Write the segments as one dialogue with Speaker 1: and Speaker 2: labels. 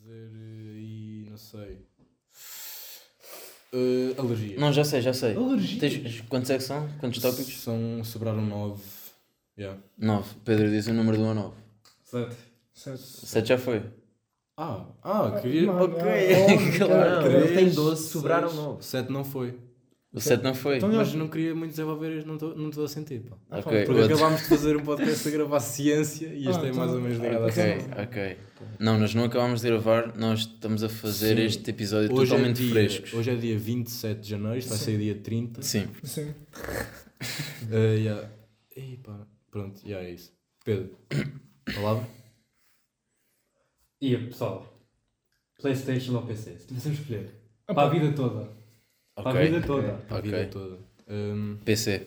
Speaker 1: dizer eh, aí, não sei. Eh, alergia.
Speaker 2: Não, já sei, já sei.
Speaker 1: Alergia?
Speaker 2: Tens, quantos é que são? Quantos tópicos?
Speaker 1: São, sobraram nove. Yeah.
Speaker 2: 9. Pedro disse o número de 1 a 9.
Speaker 3: Sete.
Speaker 1: Sete.
Speaker 2: 7 já foi.
Speaker 1: Ah, ah, queria.
Speaker 3: Mano,
Speaker 2: Ok.
Speaker 3: é óbvio,
Speaker 2: Claro.
Speaker 3: cara. Então
Speaker 2: Três,
Speaker 3: Ele tem 12, sobraram
Speaker 1: seis,
Speaker 3: 9.
Speaker 1: Sete não foi.
Speaker 2: O 7 não foi.
Speaker 3: Então,
Speaker 1: Mas não queria muito desenvolver, não estou não estou a sentir, pá.
Speaker 2: Ok,
Speaker 1: Porque
Speaker 2: É, outro.
Speaker 1: acabámos de fazer um podcast a gravar ciência e este
Speaker 3: Ah,
Speaker 1: é mais
Speaker 3: então-
Speaker 1: ou menos ligado à
Speaker 2: Ok,
Speaker 1: ciência.
Speaker 2: ok. Não, nós não acabámos de gravar, nós estamos a fazer
Speaker 1: Sim.
Speaker 2: este episódio
Speaker 1: Hoje é,
Speaker 2: totalmente
Speaker 1: dia,
Speaker 2: frescos.
Speaker 1: hoje é dia 27 de janeiro, isto vai sair dia 30.
Speaker 2: Sim.
Speaker 3: Sim.
Speaker 1: Uh, yeah. Ei, pá. Pronto, já é isso. Pedro, palavra?
Speaker 4: E pessoal, Playstation ou PC? Se tivessem de escolher. Para a vida toda. Para a vida
Speaker 2: Ok.
Speaker 4: toda.
Speaker 1: A
Speaker 2: Ok.
Speaker 1: vida toda. Um,
Speaker 2: PC.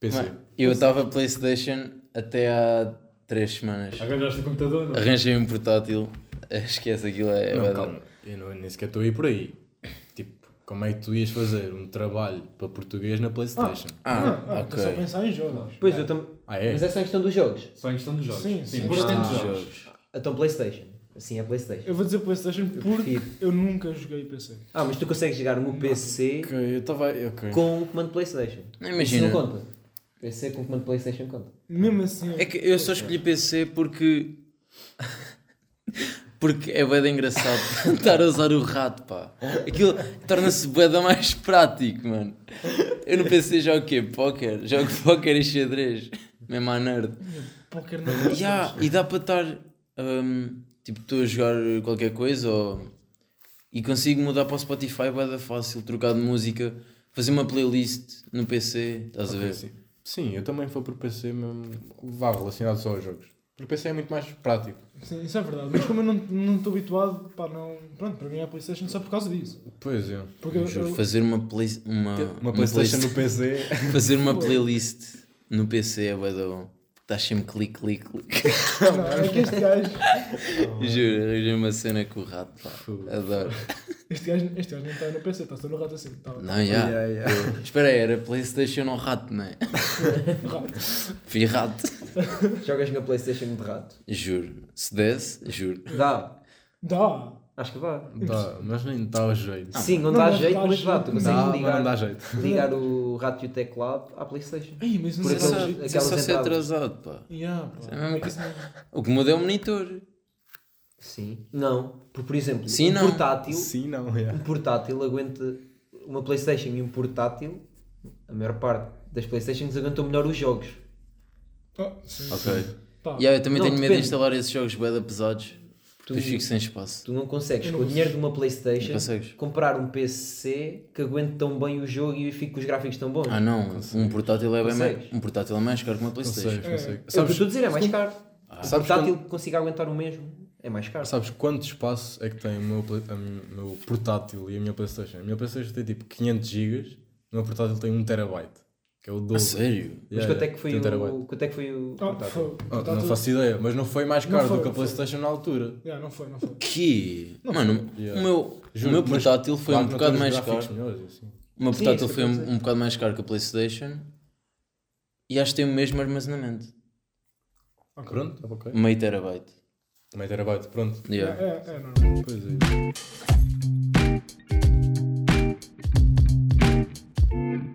Speaker 1: PC.
Speaker 2: Mano, Eu estava PlayStation até há 3 semanas.
Speaker 4: Arranjaste o computador, não?
Speaker 2: Arranjei um portátil. Esquece aquilo. É,
Speaker 1: não,
Speaker 2: é-
Speaker 1: calma. Eu não, nem sequer estou a ir por aí. Tipo, como é que tu ias fazer um trabalho para português na Playstation?
Speaker 2: Ah,
Speaker 3: Ah, estou só a
Speaker 2: ok.
Speaker 3: pensar em jogos.
Speaker 5: Pois, eu também.
Speaker 1: Ah, é?
Speaker 5: Mas é só em questão dos jogos.
Speaker 4: Só em questão dos jogos.
Speaker 3: Sim, sim.
Speaker 4: por dentro dos
Speaker 2: Ah,
Speaker 4: jogos.
Speaker 2: jogos.
Speaker 5: Então, PlayStation. Assim é PlayStation.
Speaker 3: Eu vou dizer PlayStation porque eu,
Speaker 5: prefiro.
Speaker 3: nunca joguei PC.
Speaker 5: Ah, mas tu consegues jogar no PC
Speaker 1: Ok, eu estava. Ok.
Speaker 5: com o comando PlayStation.
Speaker 2: Não imagina.
Speaker 5: Isso não conta. PC com o comando PlayStation conta.
Speaker 3: Mesmo assim,
Speaker 2: É que eu só escolhi PC porque. Porque é bué de engraçado estar a usar o rato, pá. Aquilo torna-se bué de mais prático, mano. Eu no PC jogo o quê? Póquer. Jogo póquer e xadrez. Mesmo à nerd.
Speaker 3: poker não.
Speaker 2: Ya, e dá para estar. hum, tipo, estou a jogar qualquer coisa ou- e consigo mudar para o Spotify, vai dar fácil, trocar de música, fazer uma playlist no PC, estás a ver?
Speaker 1: Sim. Sim, eu também fui por PC mesmo. Vá relacionado só aos jogos. Porque o PC é muito mais prático.
Speaker 3: Sim, isso é verdade. Mas como eu não- não estou habituado, pá, não. Pronto, para mim é a PlayStation só por causa disso.
Speaker 1: Pois é.
Speaker 3: Porque eu.
Speaker 2: Juro,
Speaker 3: eu-
Speaker 2: fazer uma, play, uma,
Speaker 1: Uma Playstation no PC.
Speaker 2: play- fazer uma playlist no PC é bué da bom. Estás sempre clique, clique, clique.
Speaker 3: não, é que este gajo.
Speaker 2: Juro, arranjei uma cena com o rato, pá. Adoro.
Speaker 3: Este gajo, este gajo nem está no PC, está só no rato assim. Está
Speaker 2: Não, já.
Speaker 1: Yeah, yeah.
Speaker 2: Espera aí, era Playstation ou rato, não é?
Speaker 3: no rato.
Speaker 2: Fui rato.
Speaker 5: Jogas na PlayStation de rato.
Speaker 2: Juro. Se desse, juro.
Speaker 5: Dá.
Speaker 3: Dá!
Speaker 5: Acho que vá.
Speaker 1: Dá, mas nem dá o jeito.
Speaker 5: Sim, não,
Speaker 3: Não,
Speaker 5: dá
Speaker 3: não
Speaker 5: jeito,
Speaker 3: dá
Speaker 5: mas dá. Tu
Speaker 3: jeito.
Speaker 5: consegues
Speaker 1: Dá, mas
Speaker 5: ligar,
Speaker 1: não dá jeito.
Speaker 5: ligar o rato e o teclado à PlayStation.
Speaker 3: Ai, mas não
Speaker 5: Por
Speaker 3: sei
Speaker 5: acaso-
Speaker 3: se-
Speaker 2: Isso é só
Speaker 5: aquelas
Speaker 2: ser
Speaker 5: entradas.
Speaker 2: atrasado, pá.
Speaker 3: Yeah, pá.
Speaker 2: mesmo
Speaker 3: É que isso não-
Speaker 2: O que muda é o monitor.
Speaker 5: Sim. Não. Porque, por exemplo,
Speaker 2: Sim,
Speaker 5: um
Speaker 2: não.
Speaker 5: portátil.
Speaker 1: Sim, não, é.
Speaker 5: Um portátil aguenta. Uma PlayStation e um portátil. A maior parte das PlayStations aguentam melhor os jogos.
Speaker 3: Oh, sim.
Speaker 2: Ah,
Speaker 3: Tá. Ah,
Speaker 2: Ok.
Speaker 3: Pá,
Speaker 2: Yeah, eu também
Speaker 5: Ah. Não,
Speaker 2: tenho medo de
Speaker 5: depende.
Speaker 2: instalar esses jogos bué pesados. Depois fico sem espaço.
Speaker 5: Tu não consegues,
Speaker 3: Eu não
Speaker 5: com o dinheiro de
Speaker 3: consigo.
Speaker 5: uma Playstation,
Speaker 2: Não consegues.
Speaker 5: comprar um PC que aguente tão bem o jogo e fique com os gráficos tão bons. É
Speaker 2: Ah não, um portátil é bem mais,
Speaker 5: Consegues.
Speaker 2: um portátil é mais caro que uma
Speaker 1: Consegues,
Speaker 2: Playstation.
Speaker 1: consegues.
Speaker 5: É o que eu
Speaker 1: Sabes,
Speaker 5: estou a dizer, é mais caro.
Speaker 2: Ah.
Speaker 5: um
Speaker 1: sabes
Speaker 5: portátil que consiga aguentar o mesmo é mais caro.
Speaker 1: sabes quanto espaço é que tem o meu, pla- a mi- o meu portátil e a minha Playstation? A minha Playstation tem tipo 500 GB, o meu portátil tem 1 terabyte, que é o dobro.
Speaker 2: A sério?
Speaker 5: Mas
Speaker 1: Yeah,
Speaker 5: quanto é
Speaker 1: yeah,
Speaker 5: que foi
Speaker 1: tem um terabyte.
Speaker 5: o, quanto é que foi
Speaker 2: Ah,
Speaker 5: o
Speaker 3: Oh,
Speaker 5: portátil?
Speaker 3: foi.
Speaker 1: Oh,
Speaker 3: Tá
Speaker 1: não
Speaker 3: tudo-
Speaker 1: faço ideia, mas não foi mais
Speaker 3: Não
Speaker 1: caro
Speaker 3: foi,
Speaker 1: do que a
Speaker 3: não foi.
Speaker 1: Playstation na altura.
Speaker 3: Yeah, não foi, não foi.
Speaker 2: Que? Mano,
Speaker 1: Yeah.
Speaker 2: o meu,
Speaker 1: Juro,
Speaker 2: o meu
Speaker 1: mas
Speaker 2: portátil foi
Speaker 1: claro
Speaker 2: um
Speaker 1: que não tem
Speaker 2: bocado
Speaker 1: os
Speaker 2: mais
Speaker 1: gráficos
Speaker 2: caro.
Speaker 1: melhores, assim.
Speaker 2: O meu
Speaker 5: Sim,
Speaker 2: portátil
Speaker 5: isso
Speaker 2: foi
Speaker 5: eu
Speaker 2: um,
Speaker 5: quero dizer.
Speaker 2: um bocado mais caro que a Playstation. E acho que tem o mesmo armazenamento.
Speaker 1: Pronto, ok.
Speaker 2: Meio terabyte.
Speaker 1: Meio terabyte, pronto.
Speaker 2: Yeah.
Speaker 3: É, é, normal.
Speaker 1: Pois é.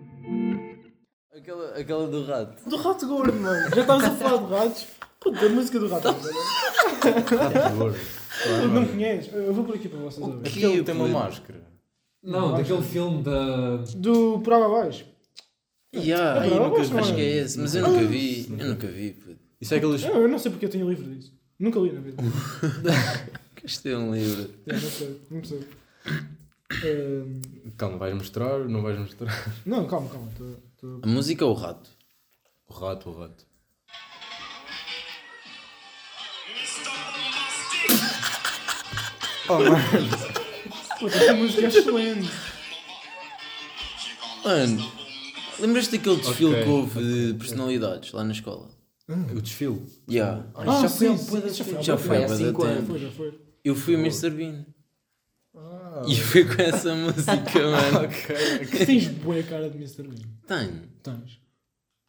Speaker 2: Aquela, aquela do rato.
Speaker 3: Do rato gordo, mano. Já estavas a falar de ratos. Puta, a música do rato gordo.
Speaker 1: Por favor.
Speaker 3: Tu não conheces? Eu eu vou por aqui para vocês ouvirem.
Speaker 1: Aquele
Speaker 2: Que
Speaker 1: tem uma
Speaker 2: lindo.
Speaker 1: máscara.
Speaker 4: Não, daquele filme da.
Speaker 3: Do Por Água Abaixo.
Speaker 2: Yeah,
Speaker 3: Ah, eu
Speaker 2: nunca-
Speaker 3: gosto,
Speaker 2: acho
Speaker 3: mano.
Speaker 2: que é esse, mas eu nunca vi. Eu nunca vi, puto.
Speaker 1: Isso é aqueles.
Speaker 3: Eu, eu não sei porque eu tenho livro disso. Nunca li na vida.
Speaker 2: Este é um livro.
Speaker 3: Eu não sei, não percebo. Eh,
Speaker 1: Calma, vais mostrar, não vais mostrar.
Speaker 3: não, calma, calma. tô- tô-
Speaker 2: A música ou o rato?
Speaker 1: O rato, o rato.
Speaker 3: Puta, esta música é excelente.
Speaker 2: Mano, lembras-te daquele desfile
Speaker 1: Ok,
Speaker 2: que houve de personalidades lá na escola?
Speaker 1: O desfile.
Speaker 2: Yeah.
Speaker 3: Ah,
Speaker 2: já foi
Speaker 5: um
Speaker 2: há
Speaker 3: sim, sim,
Speaker 2: bué da
Speaker 3: já foi
Speaker 2: tempo.
Speaker 3: há
Speaker 2: Já
Speaker 3: bué
Speaker 2: foi há bué
Speaker 5: tempo.
Speaker 2: da
Speaker 5: Há cinco
Speaker 2: tempo.
Speaker 3: Foi, já foi.
Speaker 2: Eu fui o Mr. Bean.
Speaker 1: Ah.
Speaker 2: E foi com essa música, mano.
Speaker 3: Tens boa cara de Mr. Bean.
Speaker 2: Tenho.
Speaker 3: Tens.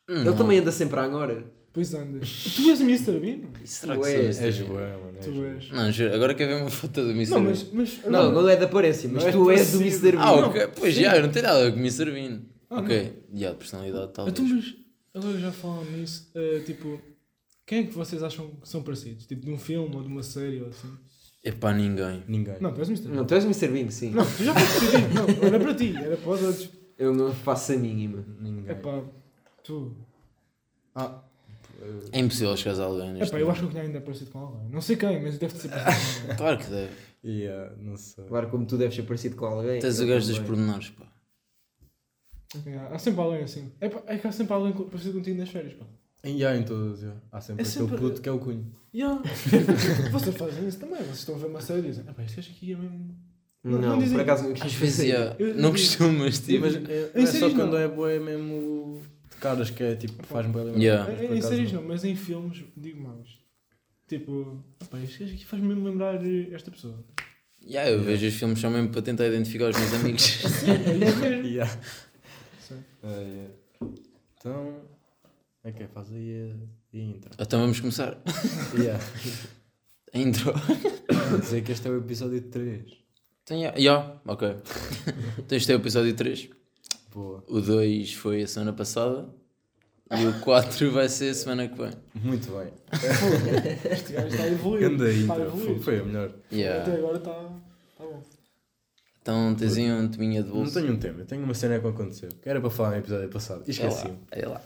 Speaker 2: Hum,
Speaker 5: Ele também anda sempre à agora. é-
Speaker 3: Pois andas. Tu és o Mr. Bean?
Speaker 2: Isso será
Speaker 5: Tu
Speaker 2: que
Speaker 5: és.
Speaker 2: sou?
Speaker 1: És É, bué, mano. és
Speaker 3: Tu
Speaker 1: bué.
Speaker 3: és.
Speaker 2: Não, juro, agora quero ver uma foto do Mr.
Speaker 3: Não,
Speaker 2: Bean.
Speaker 3: mas. mas
Speaker 5: Não,
Speaker 3: agora-
Speaker 5: não é da aparência, mas
Speaker 3: Não é
Speaker 5: tu és o
Speaker 3: parecido.
Speaker 5: Mr. Bean.
Speaker 2: Ah,
Speaker 3: Não,
Speaker 2: ok. Pois
Speaker 3: sim.
Speaker 2: já, eu não tenho nada com o Mr. Bean.
Speaker 3: Ah,
Speaker 2: ok. E a personalidade tal.
Speaker 3: Ah, tu, mas agora já falam nisso, eh, tipo, quem é que vocês acham que são parecidos? Tipo, de um filme ou de uma série ou assim?
Speaker 2: É para ninguém.
Speaker 1: Ninguém.
Speaker 3: Não, tu és Mr.
Speaker 5: Não,
Speaker 3: Bean.
Speaker 5: tu és o Mr. Bean, sim.
Speaker 3: Não, tu já foste decidir. Não, era para ti, era para os outros.
Speaker 5: Eu não faço a mínima.
Speaker 1: Ninguém.
Speaker 3: É pá, tu.
Speaker 1: Eh,
Speaker 2: É impossível chegar a alguém.
Speaker 3: É
Speaker 2: neste
Speaker 3: pá, eu
Speaker 2: mundo.
Speaker 3: acho que o Cunhado ainda é parecido com alguém. Não sei quem, mas deve ser parecido com alguém.
Speaker 2: Claro que deve.
Speaker 1: Yeah, eh, não sei.
Speaker 5: Claro, como tu deves ser parecido com alguém.
Speaker 2: Tens o
Speaker 5: eu
Speaker 2: gajo dos
Speaker 5: também.
Speaker 2: pormenores, pá.
Speaker 3: É, Há sempre alguém assim. É, pá, é que há sempre alguém co- parecido contigo nas férias, pá.
Speaker 1: E há em todas, já. Há sempre
Speaker 3: É
Speaker 1: aquele
Speaker 3: sempre-
Speaker 1: puto que é o cunho.
Speaker 3: Yeah. vocês fazem isso também, vocês estão a ver uma série e dizem, é pá, este gajo aqui é mesmo. Não,
Speaker 5: Não,
Speaker 3: não dizem-
Speaker 5: por acaso não
Speaker 2: Às
Speaker 5: costumo
Speaker 2: vezes,
Speaker 5: dizer.
Speaker 2: já,
Speaker 3: Eu-
Speaker 2: não costumas, tipo.
Speaker 1: mas é, é só
Speaker 3: séries não.
Speaker 1: quando é bué mesmo de caras que é tipo, faz-me bué lembrar.
Speaker 2: Yeah.
Speaker 1: Mas
Speaker 3: É,
Speaker 1: por
Speaker 3: em
Speaker 1: acaso
Speaker 3: séries não, mas em filmes digo mais. Tipo, "Epá, este gajo aqui faz-me mesmo lembrar eh, esta pessoa.
Speaker 2: Yeah, eu vejo os filmes só mesmo para tentar identificar os meus amigos.
Speaker 3: É isso mesmo.
Speaker 1: Yeah.
Speaker 3: Sim.
Speaker 1: Ah, yeah. Então, é que é, faz aí a, a intro.
Speaker 2: então vamos começar.
Speaker 1: Yeah.
Speaker 2: A intro.
Speaker 1: Vou dizer que este é o episódio 3.
Speaker 2: Então, yeah, yeah, ok. então este é o episódio 3.
Speaker 1: Boa.
Speaker 2: O 2 foi a semana passada. E o 4 vai ser a semana que vem.
Speaker 1: Muito bem.
Speaker 3: Este gajo está a evoluir.
Speaker 1: Grande
Speaker 3: está a
Speaker 1: intro. Foi-
Speaker 3: evoluir.
Speaker 1: Foi a melhor.
Speaker 3: Até
Speaker 2: Yeah.
Speaker 3: agora está está bom.
Speaker 2: Então tens aí um teminha de
Speaker 1: Não
Speaker 2: bolso.
Speaker 1: tenho um tema, eu tenho uma cena que aconteceu. Que era para falar no episódio passado. E
Speaker 2: É lá,
Speaker 1: esqueci-me.
Speaker 2: é lá.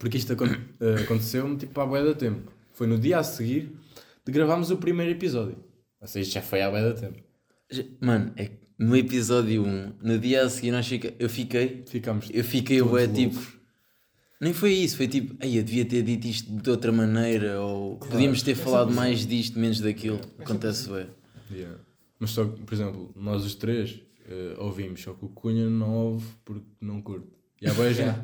Speaker 1: Porque isto acon- eh, aconteceu-me tipo à boia da tempo. Foi no dia a seguir de gravarmos o primeiro episódio. Ou seja, isto já foi à boia da tempo.
Speaker 2: Je- Mano, é que no episódio 1, no dia a seguir, nós fica... eu fiquei.
Speaker 1: Ficámos.
Speaker 2: Eu fiquei
Speaker 1: Todos
Speaker 2: bué,
Speaker 1: loucos.
Speaker 2: tipo. Nem foi isso, foi tipo, ei, eu devia ter dito isto de outra maneira, ou podíamos ter falado mais disto, menos daquilo. Acontece, bem.
Speaker 1: Yeah. Mas só que, por exemplo, nós os três eh, ouvimos, só que o Cunha não ouve porque não curte. E há boa gente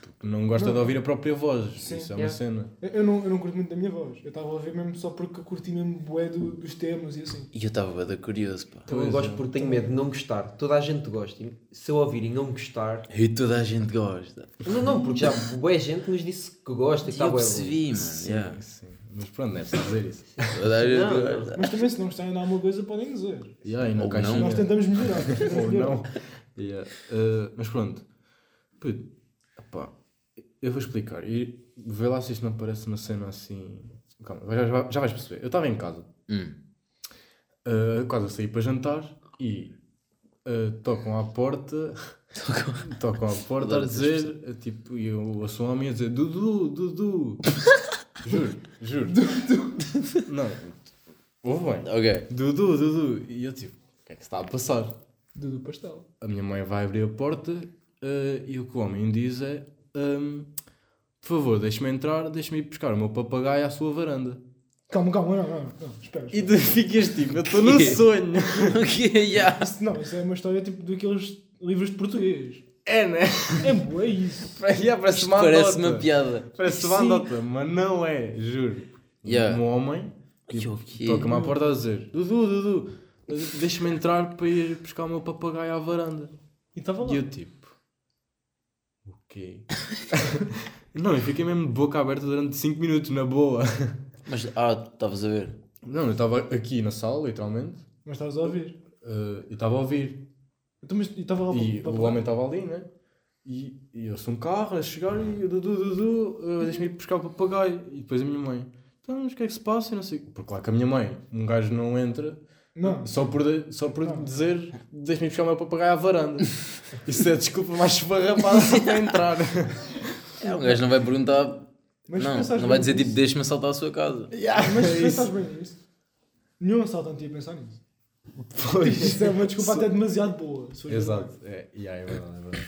Speaker 1: tipo, que não gosta de ouvir a própria voz.
Speaker 3: Sim,
Speaker 1: Isso é uma
Speaker 5: yeah.
Speaker 1: cena.
Speaker 3: Eu- Eu não, eu não curto muito da minha voz. Eu estava a ouvir mesmo só porque eu curti mesmo bué do- dos temas e assim.
Speaker 2: E eu estava bué da curioso, pá.
Speaker 5: Também
Speaker 1: Pois
Speaker 5: gosto
Speaker 1: é.
Speaker 5: porque tenho medo de não gostar. Toda a gente gosta. E Se eu ouvir e não gostar.
Speaker 2: E toda a gente gosta.
Speaker 5: Não, não, porque já boa gente nos disse que gosta
Speaker 2: E
Speaker 5: e tá está
Speaker 2: eu
Speaker 5: boa.
Speaker 2: percebi, mano.
Speaker 1: Sim,
Speaker 2: yeah.
Speaker 1: sim. Mas pronto, não é preciso dizer isso.
Speaker 2: Toda a gente
Speaker 5: Não, não.
Speaker 2: gosta.
Speaker 3: Mas também se não gostarem de alguma coisa podem dizer.
Speaker 1: Yeah, e na
Speaker 2: Ou
Speaker 1: caixinha.
Speaker 2: não.
Speaker 3: Nós tentamos melhorar. tentamos
Speaker 1: Ou
Speaker 3: melhorar.
Speaker 1: não. Yeah. Eh, mas pronto. Puto, opá, eu vou explicar. E vê lá se isto não parece uma cena assim. Calma, já, já- já vais perceber. Eu estava em casa.
Speaker 2: Hum.
Speaker 1: Uh, quase a sair para jantar e uh, tocam à porta tocam à porta a
Speaker 2: Adoro essas
Speaker 1: dizer uh, tipo, e eu ouço um homem a dizer Dudu, Dudu juro, juro não, ouve bem
Speaker 2: Ok.
Speaker 1: Dudu, Dudu e eu tipo, o que é que se está a passar?
Speaker 3: Do, do pastel.
Speaker 1: a minha mãe vai abrir a porta uh, e o que o homem diz é um, por favor, deixe-me entrar deixe-me ir buscar o meu papagaio à sua varanda
Speaker 3: Calma, calma, não, não, não. Espera.
Speaker 1: e
Speaker 3: espera.
Speaker 1: tu ficas tipo, eu estou num sonho
Speaker 2: Ok, yeah.
Speaker 3: Isso, não, isso é uma história tipo daqueles livros de português.
Speaker 1: é né?
Speaker 3: É bué isso.
Speaker 1: Yeah, parece
Speaker 2: Isto
Speaker 1: uma
Speaker 2: parece
Speaker 1: anedota.
Speaker 2: uma piada.
Speaker 1: Parece uma anedota, mas não é, juro.
Speaker 2: Yeah.
Speaker 1: Um homem tipo,
Speaker 2: ok.
Speaker 1: toca-me à porta a dizer: Dudu, Dudu, deixa-me entrar para ir buscar o meu papagaio à varanda.
Speaker 3: E estava lá.
Speaker 1: E eu tipo: O quê? não, eu fiquei mesmo de boca aberta durante 5 minutos, na boa.
Speaker 2: Mas, ah, estavas a ver.
Speaker 1: Não, eu estava aqui na sala, literalmente,
Speaker 3: Mas estavas a ouvir.
Speaker 1: eh, e estava a ouvir.
Speaker 3: Então, mas- E estava lá.
Speaker 1: E
Speaker 3: para-
Speaker 1: o homem estava ali, né? E, e eu sou um carro a chegar e eu, Dudu, Dudu, eh, deixa-me ir buscar o papagaio. E depois a minha mãe, então, mas o que é que se passa? E não sei. o quê." Porque lá com a minha mãe, um gajo não entra
Speaker 3: Não.
Speaker 1: só por, de- só por
Speaker 3: Não.
Speaker 1: dizer, deixa-me ir buscar o meu papagaio à varanda. Isso é a desculpa mais esfarrapada só para entrar.
Speaker 2: É, um gajo não vai perguntar.
Speaker 3: Mas se
Speaker 2: não,
Speaker 3: pensares
Speaker 2: não vai
Speaker 3: bem
Speaker 2: dizer tipo,
Speaker 3: nisso-
Speaker 2: deixa-me assaltar a sua casa.
Speaker 3: Mas se pensares bem nisso. Nenhum assaltante ia pensar nisso.
Speaker 1: Pois.
Speaker 3: Isso é uma desculpa até demasiado boa. se fores
Speaker 1: Exato. É, e aí, é verdade, é verdade.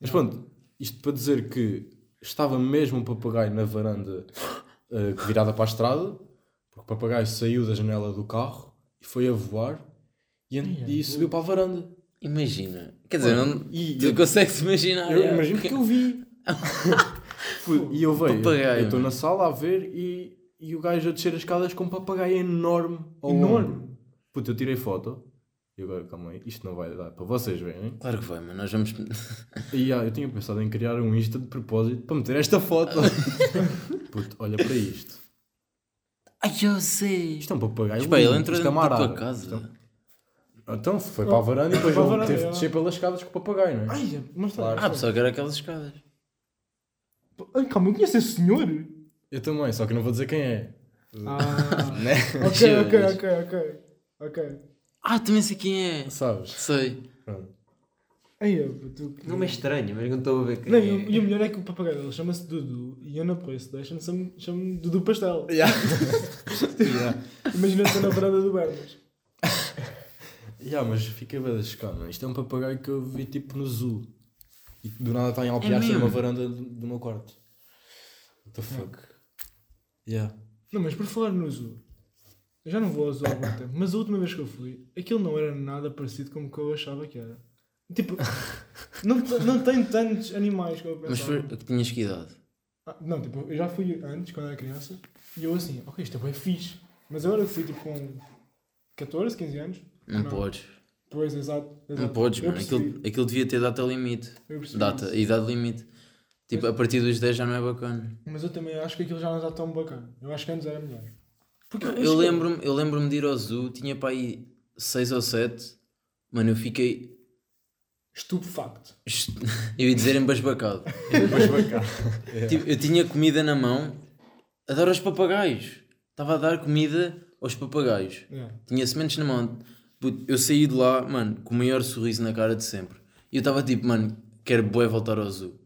Speaker 1: Mas pronto, isto para dizer que estava mesmo um papagaio na varanda eh, virada para a estrada, porque o papagaio saiu da janela do carro e foi a voar e, en- e subiu para a varanda.
Speaker 2: Imagina. Quer dizer, não,
Speaker 1: E
Speaker 2: tu
Speaker 1: eu-
Speaker 2: consegues imaginar.
Speaker 1: Eu
Speaker 2: yeah.
Speaker 1: imagino que eu vi. Fui- e eu vejo,
Speaker 2: Papagaio,
Speaker 1: eu estou
Speaker 2: mano.
Speaker 1: na sala a ver e, e o gajo a descer as escadas com um papagaio enorme. ao
Speaker 3: Enorme?
Speaker 1: ombro. Puta, eu tirei foto. E agora, calma aí, isto não vai dar para vocês verem.
Speaker 2: Claro que vai, mas nós vamos.
Speaker 1: E ah, eu tinha pensado em criar um Insta de propósito para meter esta foto. Puto, olha para isto.
Speaker 2: Ai, eu sei.
Speaker 1: Isto é um papagaio.
Speaker 2: Espera, ele
Speaker 1: lindo,
Speaker 2: entrou
Speaker 1: isto é
Speaker 2: dentro
Speaker 1: uma
Speaker 2: da tua
Speaker 1: arara.
Speaker 2: casa.
Speaker 1: Isto é um- Então foi para a varanda e depois
Speaker 3: Para a
Speaker 1: ele
Speaker 3: varanda,
Speaker 1: teve de
Speaker 3: é.
Speaker 1: descer pelas escadas com o papagaio, não é?
Speaker 3: Ai, mas tá.
Speaker 1: Claro.
Speaker 2: Ah,
Speaker 3: está.
Speaker 2: pessoal, que era aquelas escadas.
Speaker 3: Ai, calma, eu conheço esse senhor.
Speaker 1: Eu também, só que não vou dizer quem é.
Speaker 3: Ah,
Speaker 1: Né?
Speaker 3: ok, ok, ok, ok. Ok.
Speaker 2: Ah, também sei quem é.
Speaker 1: Sabes?
Speaker 2: Sei.
Speaker 1: Pronto.
Speaker 3: Ai, eu, tu.
Speaker 5: Não me é estranho, mas não estou a ver.
Speaker 3: Não, e o- e o melhor é que o papagaio dele chama-se Dudu e eu na PlayStation chamo- chamo-me Dudu Pastel.
Speaker 1: Yeah. yeah.
Speaker 3: Imagina estar na varanda do Bernas.
Speaker 1: Yeah, mas fica bem das calma. Isto é um papagaio que eu vi tipo no zoo. E do nada está em alpiar
Speaker 2: É mesmo? Ah.
Speaker 1: numa varanda do, do meu quarto. What the fuck? Yeah.
Speaker 3: Não, mas por falar no zoo, eu já não vou ao zoo há algum tempo, mas a última vez que eu fui, aquilo não era nada parecido com o que eu achava que era. Tipo, não, te- não tem tantos animais como eu pensava.
Speaker 2: Mas foi a que tinhas que idade.
Speaker 3: Ah, não, tipo, eu já fui antes, quando era criança, e eu assim, ok, isto é bem fixe. Mas agora que fui tipo com 14, 15 anos.
Speaker 2: Não,
Speaker 3: Não.
Speaker 2: podes.
Speaker 3: Pois, exato. exato.
Speaker 2: Não podes,
Speaker 3: eu
Speaker 2: mano. Aquilo,
Speaker 3: percebi,
Speaker 2: aquilo devia ter data limite.
Speaker 3: eu percebi
Speaker 2: Data,
Speaker 3: isso.
Speaker 2: idade limite. Tipo, a partir dos 10 já não é bacana.
Speaker 3: Mas eu também acho que aquilo já não está tão bacana. Eu acho que antes era melhor. Porque
Speaker 2: Eu lembro-me eu lembro de ir ao zoo, tinha para aí 6 ou 7. Mano, eu fiquei.
Speaker 3: Estupefacto.
Speaker 2: est- Eu ia dizer embasbacado.
Speaker 1: Depois vai cá.
Speaker 2: Tipo, eu tinha comida na mão a dar aos papagaios. Estava a dar comida aos papagaios.
Speaker 3: Yeah.
Speaker 2: Tinha sementes na mão. Puto, Eu saí de lá, mano, com o maior sorriso na cara de sempre. E eu estava tipo, mano, quero bué voltar ao zoo.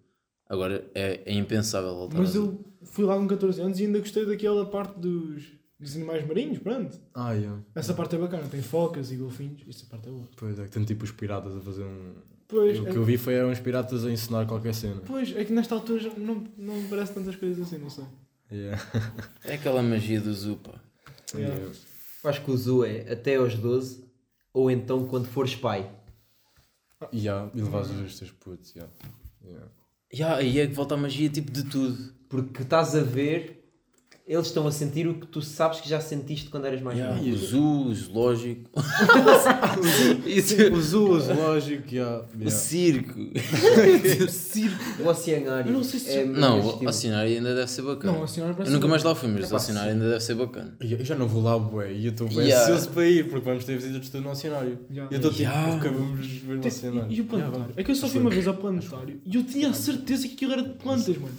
Speaker 2: Agora é, é impensável voltar ao
Speaker 3: Mas
Speaker 2: zoo.
Speaker 3: eu fui lá com 14 anos e ainda gostei daquela parte dos, dos animais marinhos, pronto.
Speaker 1: Ah, yeah.
Speaker 3: Essa parte é bacana, tem focas e golfinhos, essa parte é boa.
Speaker 1: Pois é, que tem tipo os piratas a fazer um.
Speaker 3: Pois,
Speaker 1: o
Speaker 3: é,
Speaker 1: que eu vi foi eram os piratas a ensinar qualquer cena.
Speaker 3: pois é que nesta altura já não, não me parece tantas coisas assim, não sei.
Speaker 1: Yeah.
Speaker 2: É aquela magia do zoo, pá.
Speaker 3: Yeah.
Speaker 1: Yeah.
Speaker 5: Eu acho que o zoo é até aos 12, ou então quando fores pai.
Speaker 1: Yeah, E levas os teus putos. Yeah. Yeah.
Speaker 2: Ya, aí é que volta a magia tipo de tudo.
Speaker 5: Porque estás a ver, eles estão a sentir o que tu sabes que já sentiste quando eras mais
Speaker 2: Ya,
Speaker 5: novo.
Speaker 2: o zoo, o zoológico. Isso,
Speaker 1: O zoo, o zoológico, yeah.
Speaker 2: o
Speaker 1: Yeah.
Speaker 2: circo.
Speaker 5: O circo, o oceanário.
Speaker 3: Eu não sei se-
Speaker 5: é mesmo
Speaker 2: Não,
Speaker 5: esse
Speaker 2: o
Speaker 5: estilo.
Speaker 2: assinário ainda deve ser bacana.
Speaker 3: Não, a senhora parece.
Speaker 2: eu nunca mais lá fui, mas
Speaker 5: Epá,
Speaker 2: o assinário ainda deve ser bacana.
Speaker 1: E Eu já não vou lá, bué, e eu estou bem
Speaker 2: Yeah.
Speaker 1: ansioso para ir, porque vamos ter visitas do nosso cenário.
Speaker 3: Yeah.
Speaker 1: E eu estou tipo,
Speaker 2: Yeah.
Speaker 1: acabamos de ver o nosso cenário.
Speaker 3: assim. E o planetário? É que eu só fui uma vez ao planetário e eu tinha a certeza que aquilo era de plantas, mano.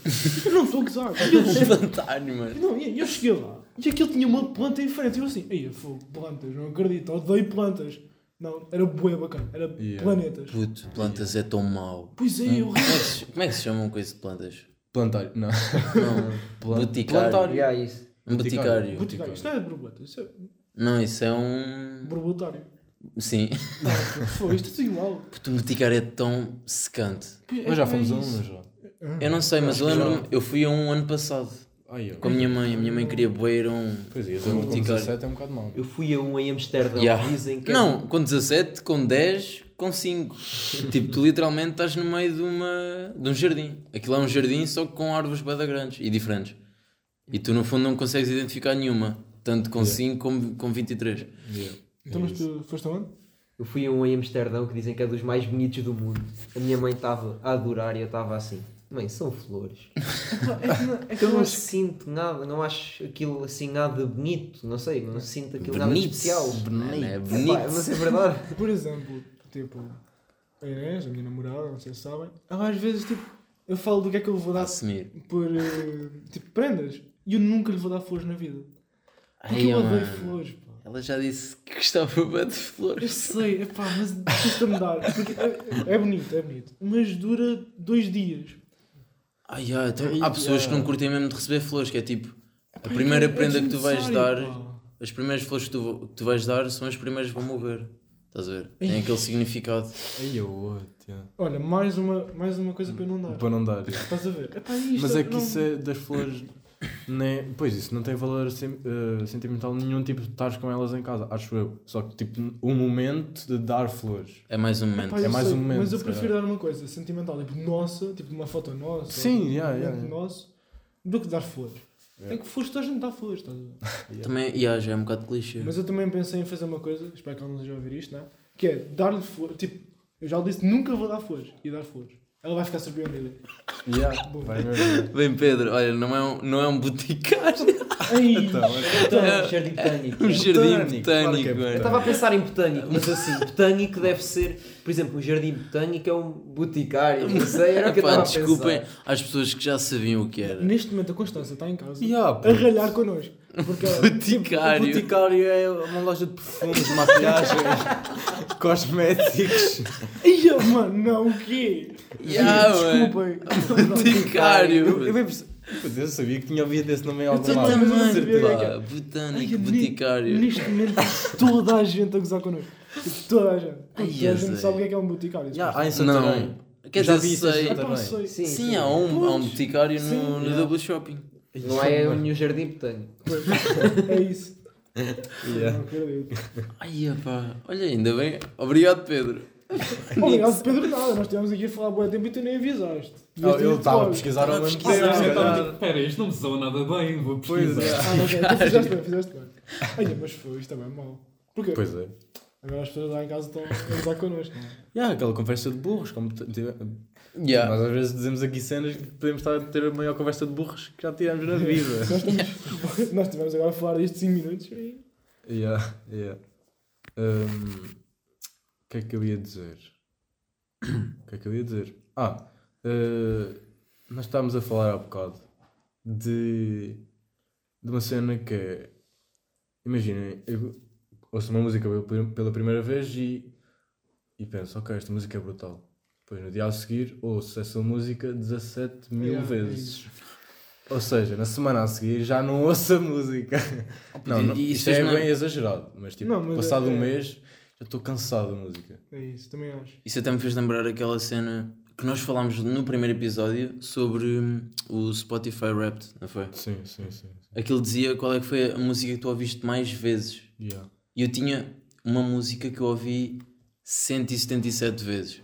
Speaker 3: Eu não estou a gozar. E eu cheguei-
Speaker 2: Levantário, mano.
Speaker 3: Não, e eu cheguei lá e aquilo tinha uma planta em frente. E eu assim, ei, fogo, plantas, não acredito, odeio plantas. Não, era bué bacana, era
Speaker 1: Yeah.
Speaker 3: planetas.
Speaker 2: Puto, plantas é tão mau.
Speaker 3: Pois é, eu
Speaker 2: Como é que se, como é que se chama uma coisa de plantas?
Speaker 1: Plantário, não.
Speaker 2: Não,
Speaker 1: Plan-
Speaker 2: boticário.
Speaker 1: plantário.
Speaker 5: Já, isso.
Speaker 2: Um boticário.
Speaker 3: Boticário, isto não é borboleta, isso é
Speaker 2: Não, isso é um.
Speaker 3: borboletário.
Speaker 2: Sim.
Speaker 3: Ah, Foi, isto é tudo igual. é
Speaker 2: Puto, um boticário é tão secante.
Speaker 1: Nós já fomos a um, já.
Speaker 2: Eu não sei, mas eu
Speaker 1: que já.
Speaker 2: lembro-me, eu fui a um ano passado
Speaker 1: Ai, eu.
Speaker 2: com a minha mãe. A minha mãe queria bué ir a um.
Speaker 1: Pois é, eu
Speaker 2: um
Speaker 1: com
Speaker 2: boticário.
Speaker 1: 17 é um bocado mau.
Speaker 5: Eu fui a um em Amsterdão,
Speaker 2: Yeah.
Speaker 5: dizem que é-
Speaker 2: Não, com 17, com 10, com 5. tipo, tu literalmente estás no meio de, uma, de um jardim. Aquilo é um jardim só que com árvores bada grandes e diferentes. E tu no fundo não consegues identificar nenhuma, tanto com 5 como com 23.
Speaker 1: Yeah.
Speaker 3: Então,
Speaker 2: É
Speaker 3: mas tu foste aonde?
Speaker 5: Eu fui a um em Amsterdão que dizem que é dos mais bonitos do mundo. A minha mãe estava a adorar e eu estava assim. Mãe, são flores.
Speaker 3: É
Speaker 5: Eu não sinto nada, não acho aquilo assim nada bonito, não sei, não sinto aquilo nada de
Speaker 2: Bonito.
Speaker 5: especial.
Speaker 2: Bonito. É
Speaker 5: Epá,
Speaker 2: bonito.
Speaker 5: Mas é verdade.
Speaker 3: Por exemplo, tipo, a Inês, a minha namorada, não sei se sabem, ela às vezes, tipo, eu falo do que é que eu vou
Speaker 2: A
Speaker 3: dar
Speaker 2: assumir.
Speaker 3: por, eh, tipo, prendas. E eu nunca lhe vou dar flores na vida. Porque
Speaker 2: Ai,
Speaker 3: eu odeio
Speaker 2: mano.
Speaker 3: flores, pá.
Speaker 2: Ela já disse que gostava bué de
Speaker 3: Eu
Speaker 2: flores.
Speaker 3: sei, epá, mas custa-me dar. Porque é, é bonito, é bonito. Mas dura dois dias.
Speaker 2: Ai, ai, então,
Speaker 1: Ai,
Speaker 2: há pessoas
Speaker 1: ai.
Speaker 2: que não curtem mesmo de receber flores, que é tipo, a
Speaker 3: Ai,
Speaker 2: primeira
Speaker 3: é
Speaker 2: prenda que tu vais dar,
Speaker 3: desnecessário, pá.
Speaker 2: as primeiras flores que tu, que tu vais dar são as primeiras que vão morrer. Estás a ver? Tem aquele significado.
Speaker 1: Ai, eu outro, yeah.
Speaker 3: Olha, mais uma, mais uma coisa para eu não dar.
Speaker 1: Para não dar.
Speaker 3: Estás a ver? Epá, isto
Speaker 1: Mas é
Speaker 3: não-
Speaker 1: que isso é das flores. Nem... Pois isso, não tem valor sen- eh, sentimental nenhum, tipo, estás com elas em casa, acho eu. Só que, tipo, um momento de dar flores.
Speaker 2: É mais um momento.
Speaker 3: Epá, eu
Speaker 1: mais
Speaker 3: sei,
Speaker 1: um momento,
Speaker 3: Mas eu
Speaker 1: se
Speaker 3: prefiro dar uma coisa sentimental, tipo nossa, tipo de uma foto nossa.
Speaker 1: Sim,
Speaker 3: ou
Speaker 1: yeah,
Speaker 3: um
Speaker 1: yeah,
Speaker 3: momento
Speaker 1: yeah.
Speaker 3: nosso, do que dar flores.
Speaker 1: Yeah.
Speaker 3: É que flores, toda a gente dá flores, estás a ver?
Speaker 2: Também, yeah, já é um bocado clichê.
Speaker 3: Mas eu também pensei em fazer uma coisa, né? espero que ela não esteja a ouvir isto, não é? Que é dar-lhe flores, tipo, eu já lhe disse nunca vou dar flores e dar flores. Ela vai ficar surpreendida.
Speaker 1: Yeah,
Speaker 3: Bom.
Speaker 1: vai mesmo.
Speaker 2: Bem, Pedro, olha, não é um, não é um boticário,
Speaker 3: Ai,
Speaker 1: Então, é-
Speaker 5: Então,
Speaker 2: É-
Speaker 5: jardim
Speaker 2: é um
Speaker 5: botânico.
Speaker 2: jardim
Speaker 1: botânico, claro que é
Speaker 2: botânico.
Speaker 5: Eu
Speaker 2: mano.
Speaker 5: estava a pensar em botânico, mas assim, botânico deve ser, por exemplo, um jardim botânico é um boticário, não sei, era o que eu
Speaker 2: Pá,
Speaker 5: estava a pensar.
Speaker 2: desculpem às pessoas que já sabiam o que era.
Speaker 3: Neste momento a Constância está em casa
Speaker 1: Yeah,
Speaker 3: a
Speaker 1: pô.
Speaker 3: ralhar connosco. Porque ela-
Speaker 1: O
Speaker 2: Boticário.
Speaker 1: Boticário é uma loja de perfumes, maquiagem, cosméticos.
Speaker 3: Ia, mano, não, o quê?
Speaker 2: Yeah,
Speaker 3: Desculpem.
Speaker 1: Eu, eu,
Speaker 2: Boticário.
Speaker 1: bem perce- Putz, eu sabia que tinha ouvido esse nome em
Speaker 2: Eu
Speaker 1: algum lado.
Speaker 3: também,
Speaker 1: Certeza.
Speaker 3: velho.
Speaker 2: Pá, botânico,
Speaker 3: Ai,
Speaker 2: boticário.
Speaker 3: Neste momento toda a gente a gozar connosco. Tipo, Toda a gente.
Speaker 2: Ai,
Speaker 3: toda a
Speaker 2: eu
Speaker 3: gente
Speaker 2: sei.
Speaker 3: sabe o que é que é um boticário.
Speaker 1: Yeah, há em Santarém.
Speaker 2: Não. Quer
Speaker 1: Já
Speaker 2: dizer,
Speaker 1: vi isso em
Speaker 2: sei.
Speaker 3: Ah,
Speaker 1: Santarém.
Speaker 3: pá, sei.
Speaker 5: Sim,
Speaker 2: Sim, há um, há um
Speaker 3: Pois.
Speaker 2: boticário
Speaker 3: Sim,
Speaker 2: no, no
Speaker 1: yeah.
Speaker 2: Double Shopping.
Speaker 5: Não é nenhum jardim botânico.
Speaker 3: Pois, É isso.
Speaker 1: Yeah.
Speaker 3: Não acredito.
Speaker 2: Ai, pá. Olha, ainda bem. Obrigado, Pedro.
Speaker 3: Obrigado, Pedro, nada. Nós estivemos aqui a falar boa tempo e tu nem avisaste.
Speaker 1: Ah,
Speaker 3: Devias ter
Speaker 1: eu
Speaker 3: dito
Speaker 1: estava a
Speaker 3: logo.
Speaker 1: pesquisar ao mesmo
Speaker 4: Ah,
Speaker 1: tempo. se
Speaker 4: eu tava
Speaker 1: calhar.
Speaker 4: tipo, Espera, isto não me soa nada bem, vou
Speaker 1: Pois
Speaker 4: pesquisar.
Speaker 1: é.
Speaker 3: Ah, ok. Então fizeste bem, fizeste bem. Olha, mas foi, isto é bem mau. Porquê?
Speaker 1: Pois é.
Speaker 3: Agora as pessoas lá em casa estão a gozar connosco. não é?
Speaker 1: Yeah, aquela conversa de burros. Como t- tive-
Speaker 2: Yeah.
Speaker 1: Nós às vezes dizemos aqui cenas que podemos estar a ter a maior conversa de burros que já tivemos na vida.
Speaker 3: Nós estamos- Nós estivemos agora a falar disto 5 minutos e...
Speaker 1: yeah, yeah. Um, o que é que eu ia dizer? O que é que eu ia dizer? Ah, eh, nós estávamos a falar há bocado de, de uma cena que é. Imaginem, eu ouço uma música pela- pela primeira vez e, e penso, ok, esta música é brutal. Depois no dia a seguir ouço essa música 17 mil
Speaker 3: Yeah, é
Speaker 1: vezes. Ou seja, na semana a seguir já não ouço a música. Não, não
Speaker 2: e
Speaker 1: isto
Speaker 2: depois
Speaker 1: é
Speaker 2: não-
Speaker 1: bem exagerado, mas tipo,
Speaker 3: Não, mas
Speaker 1: passado
Speaker 3: é-
Speaker 1: um
Speaker 3: é-
Speaker 1: mês já estou cansado da música.
Speaker 3: É isso, também acho.
Speaker 2: Isso até me fez lembrar aquela cena que nós falámos no primeiro episódio sobre hum, o Spotify Wrapped, não foi?
Speaker 1: Sim, sim, sim. sim.
Speaker 2: Aquilo dizia qual é que foi a música que tu ouviste mais vezes.
Speaker 1: Yeah.
Speaker 2: E eu tinha uma música que eu ouvi 177 vezes.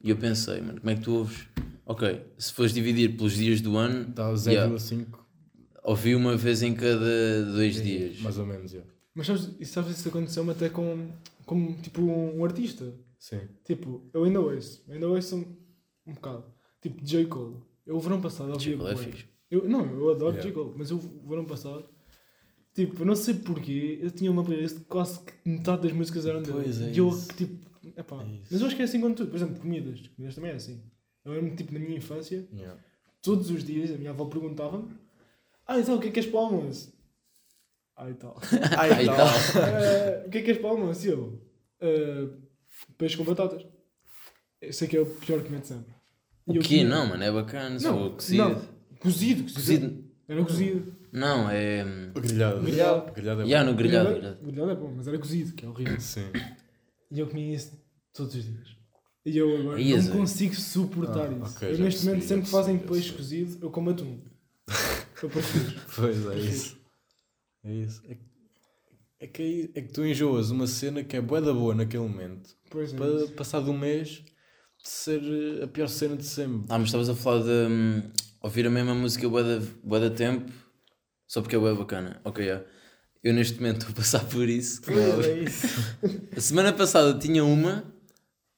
Speaker 2: E eu pensei, mano, como é que tu ouves? Ok, se fores dividir pelos dias do ano,
Speaker 1: Dá
Speaker 2: yeah,
Speaker 1: 0,5,
Speaker 2: ouvi uma vez em cada dois dias.
Speaker 1: mais ou menos, yeah.
Speaker 3: Mas sabes, e sabes isso aconteceu-me até com, com tipo, um artista.
Speaker 1: Sim.
Speaker 3: Tipo, eu ainda ouço, eu ainda ouço um, um bocado. Tipo, J. Cole. Eu o verão passado ouvia
Speaker 2: Tipo, é
Speaker 3: bué.
Speaker 2: fixe.
Speaker 3: Eu, não, eu adoro
Speaker 1: Yeah.
Speaker 3: J. Cole, mas eu o verão passado, tipo, eu não sei porquê, eu tinha uma playlist que quase que metade das músicas eram dele.
Speaker 2: Pois é
Speaker 3: e eu,
Speaker 2: isso.
Speaker 3: tipo, epá,
Speaker 1: É isso.
Speaker 3: mas eu acho que é assim com tudo. Por exemplo, comidas. Comidas também é assim. Eu lembro-me, tipo, na minha infância,
Speaker 1: Yeah.
Speaker 3: todos os dias a minha avó perguntava-me: Ah, então o que é que és para o almoço? Ah, e tal.
Speaker 2: Ai, tal.
Speaker 3: "Ah, o que é que és para o almoço? E eu: "Ah, Peixe com batatas. Eu sei que é o pior que mete sempre. E
Speaker 2: O
Speaker 3: eu
Speaker 2: quê?
Speaker 3: comia-
Speaker 2: Não, mano, é bacana. Só
Speaker 3: Não,
Speaker 2: o cozido.
Speaker 3: não. Cozido, cozido.
Speaker 2: Cozido.
Speaker 3: Era cozido.
Speaker 2: Não, é. hum,
Speaker 1: Grelhado.
Speaker 3: Grelhado.
Speaker 1: Grelhado é
Speaker 2: Já no grelhado.
Speaker 3: Grelhado-
Speaker 2: grelhado.
Speaker 3: grelhado é bom, mas era cozido, que é horrível.
Speaker 1: bom. Sim.
Speaker 3: E eu comia isso todos os dias. E eu agora
Speaker 2: Ias,
Speaker 3: não
Speaker 2: é?
Speaker 3: consigo suportar
Speaker 1: Ah,
Speaker 3: isso.
Speaker 1: ok,
Speaker 3: eu
Speaker 1: já
Speaker 3: neste momento,
Speaker 1: percebi, já
Speaker 3: sempre que fazem
Speaker 1: percebi, já
Speaker 3: peixe cozido, eu como atum. Eu prefiro.
Speaker 1: Pois é isso. É isso. É que, é que, aí- é que tu enjoas uma cena que é bué da boa naquele momento.
Speaker 3: Pois é.
Speaker 1: Para passar de um mês de ser eh, a pior cena de sempre.
Speaker 2: Ah, mas estavas a falar de hum, ouvir a mesma música bué da- bué da tempo só porque é bué bacana. Ok, yeah. Eu neste momento estou a passar por isso.
Speaker 3: Pois é isso.
Speaker 2: A semana passada tinha uma,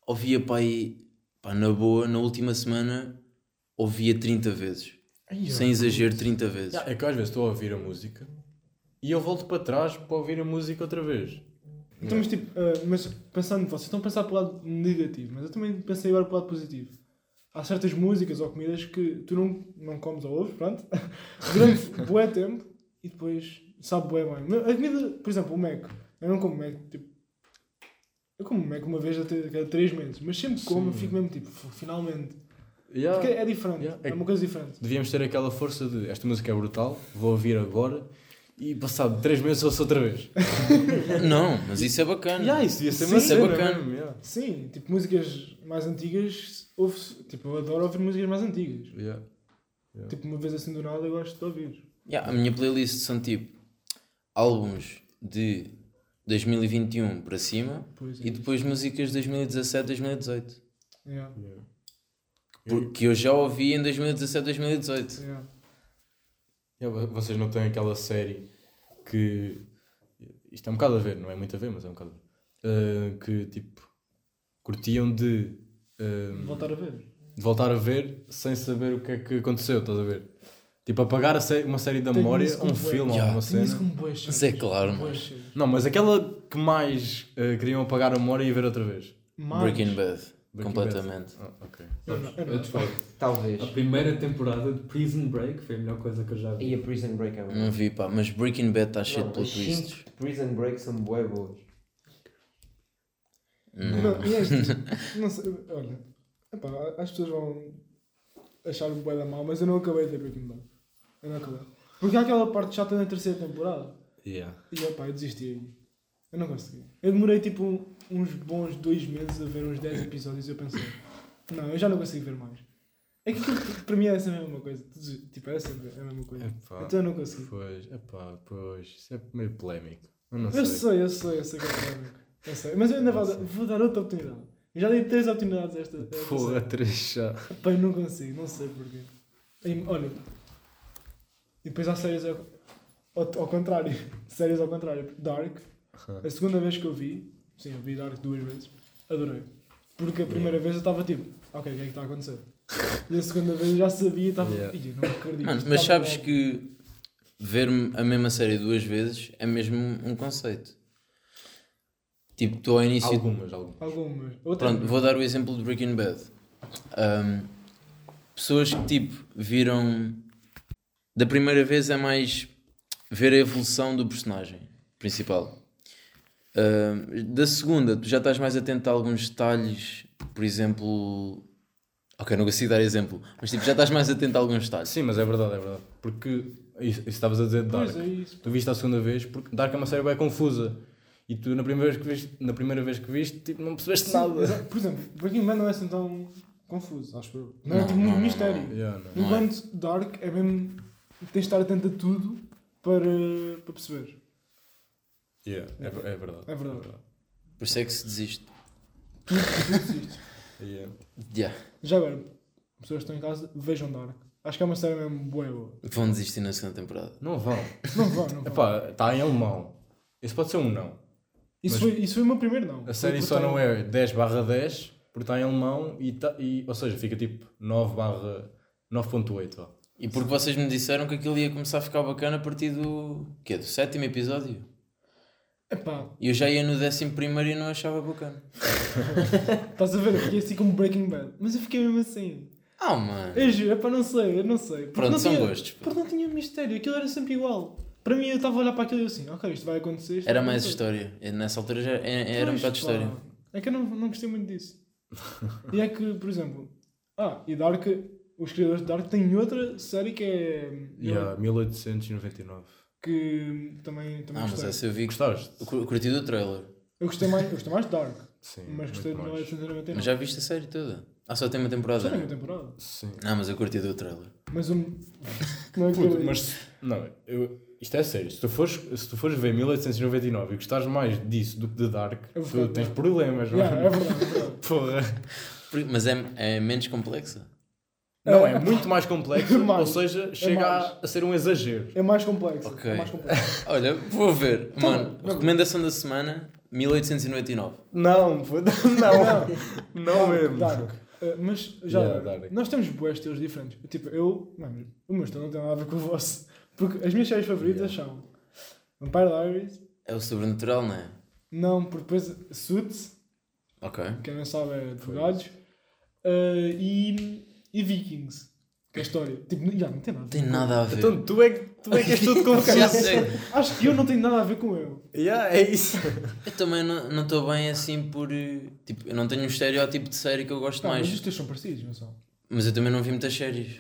Speaker 2: ouvia pá aí, pá, na boa, na última semana, ouvia 30 vezes. Sem exagero, 30 vezes.
Speaker 1: Já, É que eu às vezes estou a ouvir a música e eu volto para trás para ouvir a música outra vez.
Speaker 3: Então, mas tipo, ah, mas pensando, vocês estão a pensar pelo lado negativo, mas eu também pensei agora pelo lado positivo. Há certas músicas ou comidas que tu não, não comes ou ouves, pronto, durante bué tempo e depois sabe bué bem. A comida, por exemplo, o Mac, eu não como Mac, tipo, eu como Mac uma vez a te- a cada 3 meses, mas sempre que como, eu fico mesmo tipo, "Fu- finalmente.
Speaker 1: Já.
Speaker 3: Porque é diferente,
Speaker 1: Yeah.
Speaker 3: é uma coisa diferente.
Speaker 1: Devíamos ter aquela força de esta música é brutal, vou ouvir agora e passado 3 meses ouço outra vez.
Speaker 2: Não, mas isso é bacana.
Speaker 1: Yeah, isso devia ser
Speaker 3: Sim,
Speaker 1: uma
Speaker 2: isso é
Speaker 1: cena
Speaker 2: bacana.
Speaker 1: mesmo, yeah.
Speaker 3: Sim, tipo, músicas mais antigas, ouve tipo, eu adoro ouvir músicas mais antigas.
Speaker 1: Yeah.
Speaker 3: Tipo, uma vez assim do nada eu gosto de ouvir.
Speaker 2: Yeah, a minha playlist são tipo álbuns de 2021 para cima
Speaker 3: Pois é.
Speaker 2: e depois músicas de 2017, 2018.
Speaker 3: Yeah,
Speaker 1: Yeah.
Speaker 2: Porque eu já ouvi em 2017, 2018.
Speaker 3: yeah.
Speaker 1: Yeah, vo- Vocês não têm aquela série que. Isto é um bocado a ver, não é muito a ver, mas é um bocado a ver. Ah, que tipo. Curtiam de. ah,
Speaker 3: Voltar a ver.
Speaker 1: de voltar a ver sem saber o que é que aconteceu, estás a ver? Tipo, apagar a sé- uma série da memória, um filme ou
Speaker 2: Yeah.
Speaker 1: uma
Speaker 3: Tenho
Speaker 1: cena.
Speaker 3: isso como boas cenas.
Speaker 2: Mas é claro,
Speaker 3: Boas
Speaker 2: mano.
Speaker 3: cenas.
Speaker 1: Não, mas aquela que mais eh, queriam apagar a memória e ver outra vez.
Speaker 3: Mas-
Speaker 2: Breaking Bad.
Speaker 1: Breaking
Speaker 2: completamente.
Speaker 1: Ah, ok.
Speaker 3: Eu não- eu não-
Speaker 4: Eu discordo.
Speaker 5: Talvez.
Speaker 4: A primeira temporada de Prison Break foi a melhor coisa que eu já
Speaker 5: E
Speaker 4: vi.
Speaker 5: a Prison Break é boa.
Speaker 2: Não vi, pá, mas Breaking Bad está cheio de
Speaker 5: Não,
Speaker 2: plot
Speaker 5: as cinco
Speaker 2: twists.
Speaker 5: Prison Break são bué boas.
Speaker 2: Não.
Speaker 3: Não, e este- não sei, olha, epá, as pessoas vão achar um da mal, mas eu não acabei de ver Breaking Bad. Eu não acabei. Porque há aquela parte chata na terceira temporada.
Speaker 1: Yeah.
Speaker 3: E epá, eu desisti aí. Eu não consegui. Eu demorei tipo um- uns bons dois meses a ver uns 10 episódios e eu pensei, não, eu já não consigo ver mais. É que aquilo, para mim é essa mesma coisa. Tu desi- Tipo, é essa a mesma coisa.
Speaker 1: Epá,
Speaker 3: Então eu não consegui.
Speaker 1: pois, epá, pois, isso é meio polémico. Eu não sei.
Speaker 3: Eu sei, eu sei, eu sei que é polémico. Eu sei. Mas eu ainda vou, dar- vou dar outra oportunidade. Eu já dei três oportunidades a esta. a esta
Speaker 1: Porra, três já.
Speaker 3: série. Pá, eu não consigo, não sei porquê. E, olha. E depois há séries ao, ao, ao contrário. Séries ao contrário. Dark. A segunda vez que eu vi, sim, eu vi Dark duas vezes, adorei. Porque a primeira vez eu estava tipo, ok, o que é que está a acontecer? E a segunda vez eu já sabia e estava,
Speaker 1: Yeah.
Speaker 3: "Ih, eu não acredito.
Speaker 2: Mano,
Speaker 3: isto
Speaker 2: mas
Speaker 3: está
Speaker 2: sabes
Speaker 3: bom."
Speaker 2: que ver a mesma série duas vezes é mesmo um conceito. Tipo, estou ao início.
Speaker 1: Algumas, algumas.
Speaker 3: Algumas. Outra.
Speaker 2: Pronto, vou dar o exemplo de Breaking Bad. Ahm, pessoas que, tipo, viram. Da primeira vez é mais ver a evolução do personagem principal. Ahm, da segunda, tu já estás mais atento a alguns detalhes, por exemplo. Ok, não consigo dar exemplo, mas tipo, já estás mais atento a alguns detalhes.
Speaker 1: Sim, mas é verdade, é verdade. Porque isso isso estavas a dizer de Dark.
Speaker 3: Pois é isso.
Speaker 1: Tu viste a segunda vez, porque Dark é uma série bem confusa. E tu na primeira vez que viste, na primeira vez que viste tipo, não percebeste
Speaker 3: Sim,
Speaker 1: nada.
Speaker 3: exa- Por exemplo, Breaking Bad não é assim tão confuso, acho eu. Não, é
Speaker 2: Não,
Speaker 3: tipo muito
Speaker 2: não, não,
Speaker 3: mistério.
Speaker 1: Yeah, não.
Speaker 2: não.
Speaker 3: Enquanto Dark é mesmo. tens de estar atento a tudo para, para perceber.
Speaker 1: Yeah, é, ver- é verdade.
Speaker 3: É verdade.
Speaker 2: Por isso é que se desiste.
Speaker 3: Tudo, tudo existe.
Speaker 1: Yeah.
Speaker 2: Yeah.
Speaker 3: Já agora, pessoas que estão em casa, vejam Dark. Acho que é uma série mesmo boa. boa.
Speaker 2: Vão desistir na segunda temporada.
Speaker 1: Não vão.
Speaker 3: Não vão, não vão.
Speaker 1: Epá, está em alemão. Isso pode ser um não.
Speaker 3: isso,
Speaker 1: mas-
Speaker 3: foi, isso foi o meu primeiro não.
Speaker 1: A série
Speaker 3: tá
Speaker 1: só não é 10 barra 10 porque está em alemão e, tá, e ou seja, fica tipo 9 barra 9.8. vá.
Speaker 2: E porque vocês me disseram que aquilo ia começar a ficar bacana a partir do. quê? Do sétimo episódio?
Speaker 3: um- Epá,
Speaker 2: E eu já ia no décimo primeiro e não achava bacana.
Speaker 3: estás a ver? Eu fiquei assim como Breaking Bad. Mas eu fiquei mesmo assim.
Speaker 2: Ah, mano.
Speaker 3: Eu juro, epá, não sei, eu não sei. Porque
Speaker 2: Pronto,
Speaker 3: não
Speaker 2: são
Speaker 3: tinha-
Speaker 2: gostos. pá.
Speaker 3: Porque não tinha mistério, aquilo era sempre igual. Para mim, eu estava a olhar para aquilo e eu assim, ok, isto vai acontecer. isto
Speaker 2: Era
Speaker 3: vai
Speaker 2: mais
Speaker 3: acontecer.
Speaker 2: história. E Nessa altura já é- era um
Speaker 3: Pois,
Speaker 2: bocado de
Speaker 3: pá.
Speaker 2: história.
Speaker 3: É que eu não, não gostei muito disso. e é que, por exemplo, ah, e Dark, os criadores de Dark têm outra série que é.
Speaker 1: E há 1899.
Speaker 3: que também, também
Speaker 2: Ah, mas
Speaker 3: gostei.
Speaker 2: essa eu vi.
Speaker 1: Gostaste?
Speaker 2: eu cur- Curti do trailer.
Speaker 3: Eu gostei mais, eu gostei mais de Dark,
Speaker 1: Sim.
Speaker 3: mas gostei de
Speaker 1: muito mais.
Speaker 3: 1999.
Speaker 2: Mas já viste a série toda? Ah, só tem uma temporada.
Speaker 3: Só tem uma
Speaker 2: né?
Speaker 3: temporada.
Speaker 1: Sim.
Speaker 2: Não, mas eu curti do trailer.
Speaker 3: Mas um. não é
Speaker 1: Puto,
Speaker 3: que-
Speaker 1: mas se- não, eu, isto é sério. Se tu, fores, se tu fores ver 1899 e gostares mais disso do que de Dark,
Speaker 3: Eu vou
Speaker 1: tu
Speaker 3: ficar-
Speaker 1: tens problemas,
Speaker 3: Yeah,
Speaker 1: mano.
Speaker 3: é verdade, é verdade.
Speaker 1: Porra.
Speaker 2: Por- Mas é, é menos complexa.
Speaker 1: Não, é muito mais complexo,
Speaker 3: mais.
Speaker 1: ou seja, chega a-
Speaker 3: mais.
Speaker 1: a ser um exagero.
Speaker 3: É mais complexo.
Speaker 2: Ok.
Speaker 3: É mais complexo.
Speaker 2: Olha, vou ver.
Speaker 3: Tá
Speaker 2: Mano,
Speaker 3: bem, tá bem.
Speaker 2: recomendação da semana: 1899.
Speaker 1: Não, puto, não, não mesmo.
Speaker 3: Dark. Uh, mas já
Speaker 1: Yeah,
Speaker 3: agora,
Speaker 1: Dark.
Speaker 3: nós temos boas estilos diferentes. Tipo, eu, mano, o meu estilo não tem nada a ver com o vosso. Porque as minhas séries favoritas são Vampire Diaries,
Speaker 2: É o sobrenatural, não é?
Speaker 3: não, porque depois Suits,
Speaker 2: Ok.
Speaker 3: quem não sabe é advogados, uh, e, e Vikings, que é a história. Tipo, não- já, não tem nada. a ver
Speaker 2: Tem
Speaker 3: com-
Speaker 2: nada a ver.
Speaker 1: Então tu é, que- tu é que és tudo
Speaker 2: Já
Speaker 1: complicado.
Speaker 2: sei.
Speaker 3: Acho que eu não tenho nada a ver com eu.
Speaker 1: yeah, é isso.
Speaker 2: Eu também não estou bem assim por. eh, Tipo, eu não tenho um estereótipo de série que eu gosto
Speaker 3: Tá,
Speaker 2: mais.
Speaker 3: mas os teus são parecidos, não são?
Speaker 2: Mas eu também não vi muitas séries.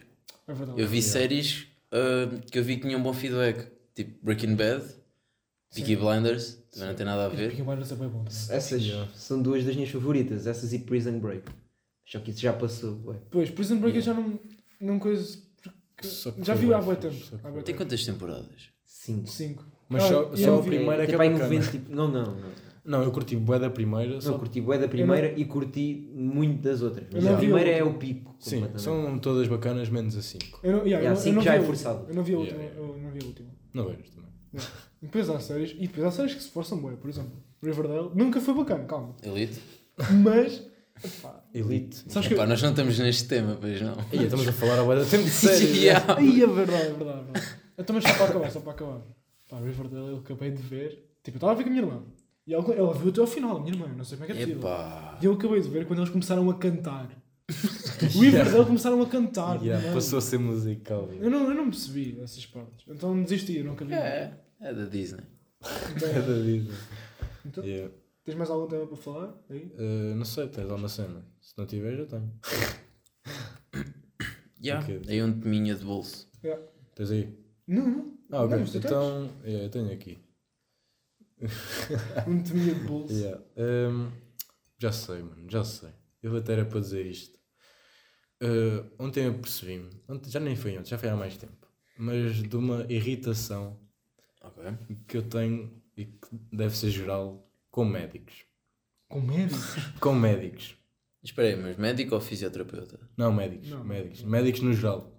Speaker 3: É verdade.
Speaker 2: Eu vi séries ah, que eu vi que tinham bom feedback. Tipo Breaking Bad, Peaky Blinders, também não tem nada a ver.
Speaker 3: Peaky Blinders é bem bom. também.
Speaker 5: Essas
Speaker 1: Yeah.
Speaker 5: são duas das minhas favoritas, essas e Prison Break. Só que isso já passou, ué.
Speaker 3: Pois, Prison Break eu já não, não coisa. porque-
Speaker 1: Só que
Speaker 3: já
Speaker 1: foi
Speaker 3: vi há
Speaker 1: bué
Speaker 3: bué
Speaker 1: fixe,
Speaker 3: tempo.
Speaker 1: só que
Speaker 3: há
Speaker 1: foi
Speaker 3: bué
Speaker 1: bué
Speaker 2: Tem
Speaker 3: tempo.
Speaker 2: quantas temporas?
Speaker 5: Cinco.
Speaker 3: Cinco.
Speaker 1: Mas
Speaker 3: Ah,
Speaker 1: só,
Speaker 3: eu
Speaker 1: só a
Speaker 3: vi-
Speaker 1: primeira é que
Speaker 5: Tem
Speaker 1: é
Speaker 5: pá aí
Speaker 1: bacana.
Speaker 5: 90, tipo, não, não, não.
Speaker 1: Não, eu curti bué da primeira. só
Speaker 5: Não, curti bué da primeira e curti muito das outras. Mas
Speaker 3: não
Speaker 5: a
Speaker 3: vi
Speaker 5: primeira
Speaker 3: a
Speaker 5: é o pico.
Speaker 1: Sim,
Speaker 5: completamente.
Speaker 1: são todas bacanas, menos a 5.
Speaker 3: Eu não, yeah,
Speaker 5: Yeah,
Speaker 3: eu não- eu
Speaker 5: cinco
Speaker 3: não
Speaker 5: já
Speaker 3: vi
Speaker 5: é
Speaker 3: a-
Speaker 5: forçado.
Speaker 3: Eu não vi a
Speaker 1: Yeah,
Speaker 3: última. Eu não vi a última.
Speaker 1: Não vejo também.
Speaker 3: E depois há séries. E depois há séries que se forçam bem, por exemplo. Riverdale nunca foi bacana, calma.
Speaker 2: Elite?
Speaker 3: Mas Epá.
Speaker 1: Elite.
Speaker 3: Sabes que.
Speaker 2: Epá, nós não estamos neste tema, pois não.
Speaker 1: Aí, estamos a falar agora de tempo de série.
Speaker 2: Yeah.
Speaker 3: Ai, é verdade, é verdade, é verdade. Então, mas só para acabar, só para acabar. Pá, Riverdale é eu acabei de ver. Tipo, eu estava a ver com a minha irmã. E ela, ela viu até ao final, a minha irmã, eu não sei como é que é possível.
Speaker 2: Epá.
Speaker 3: E eu acabei de ver quando eles começaram a cantar. O Riverdale começaram a cantar.
Speaker 1: Yeah,
Speaker 3: mano.
Speaker 1: passou a ser musical. yeah.
Speaker 3: Eu não, eu não percebi essas partes. Então desisti, eu nunca vi.
Speaker 2: É, é da Disney.
Speaker 1: É
Speaker 3: Então,
Speaker 1: da vida.
Speaker 3: Então-
Speaker 1: Yeah.
Speaker 3: tens mais algum tema para falar? Aí?
Speaker 1: Uh, não sei, tens alguma cena. Se não tiver, já tenho.
Speaker 2: Yeah.
Speaker 1: Ok.
Speaker 2: Aí um teminha de bolso.
Speaker 1: Tens aí?
Speaker 3: Não, não.
Speaker 1: Ah, ok.
Speaker 3: Não, é mas tu
Speaker 1: então, yeah, eu tenho aqui.
Speaker 3: Um teminha de bolso.
Speaker 1: Yeah. Um, já sei, mano, já sei. Eu até era para dizer isto. Uh, ontem eu percebi-me, ontem- já nem foi ontem, já foi há mais tempo, mas de uma irritação
Speaker 2: Ok.
Speaker 1: que eu tenho e que deve ser geral com médicos.
Speaker 3: Com medo?
Speaker 1: Com médicos.
Speaker 2: Espera aí, mas médico ou fisioterapeuta?
Speaker 1: Não, médicos.
Speaker 3: Não.
Speaker 1: Médicos. Médicos no geral.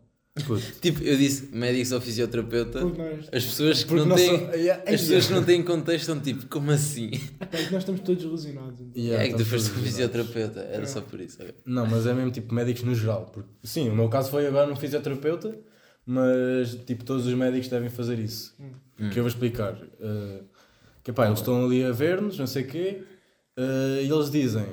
Speaker 1: Puto.
Speaker 2: Tipo, eu disse médicos ou fisioterapeuta.
Speaker 3: Porque nós,
Speaker 2: As pessoas que
Speaker 1: Porque
Speaker 2: não
Speaker 1: nós
Speaker 2: têm.
Speaker 1: só- Yeah,
Speaker 2: As pessoas que não têm contexto são tipo, como assim?
Speaker 3: é que nós estamos todos ilusionados. então.
Speaker 1: yeah, tá
Speaker 2: é que tu
Speaker 1: estamos
Speaker 2: foste
Speaker 1: todos irritados.
Speaker 2: fisioterapeuta, era só por isso. ok.
Speaker 1: Não, mas é mesmo tipo médicos no geral. Porque, sim, o meu caso foi agora num fisioterapeuta, mas tipo todos os médicos devem fazer isso.
Speaker 2: Hum.
Speaker 1: Que eu vou explicar. Eh, que pá, eles
Speaker 2: Tá
Speaker 1: estão ali a ver-nos, não sei o quê, eh, e eles dizem: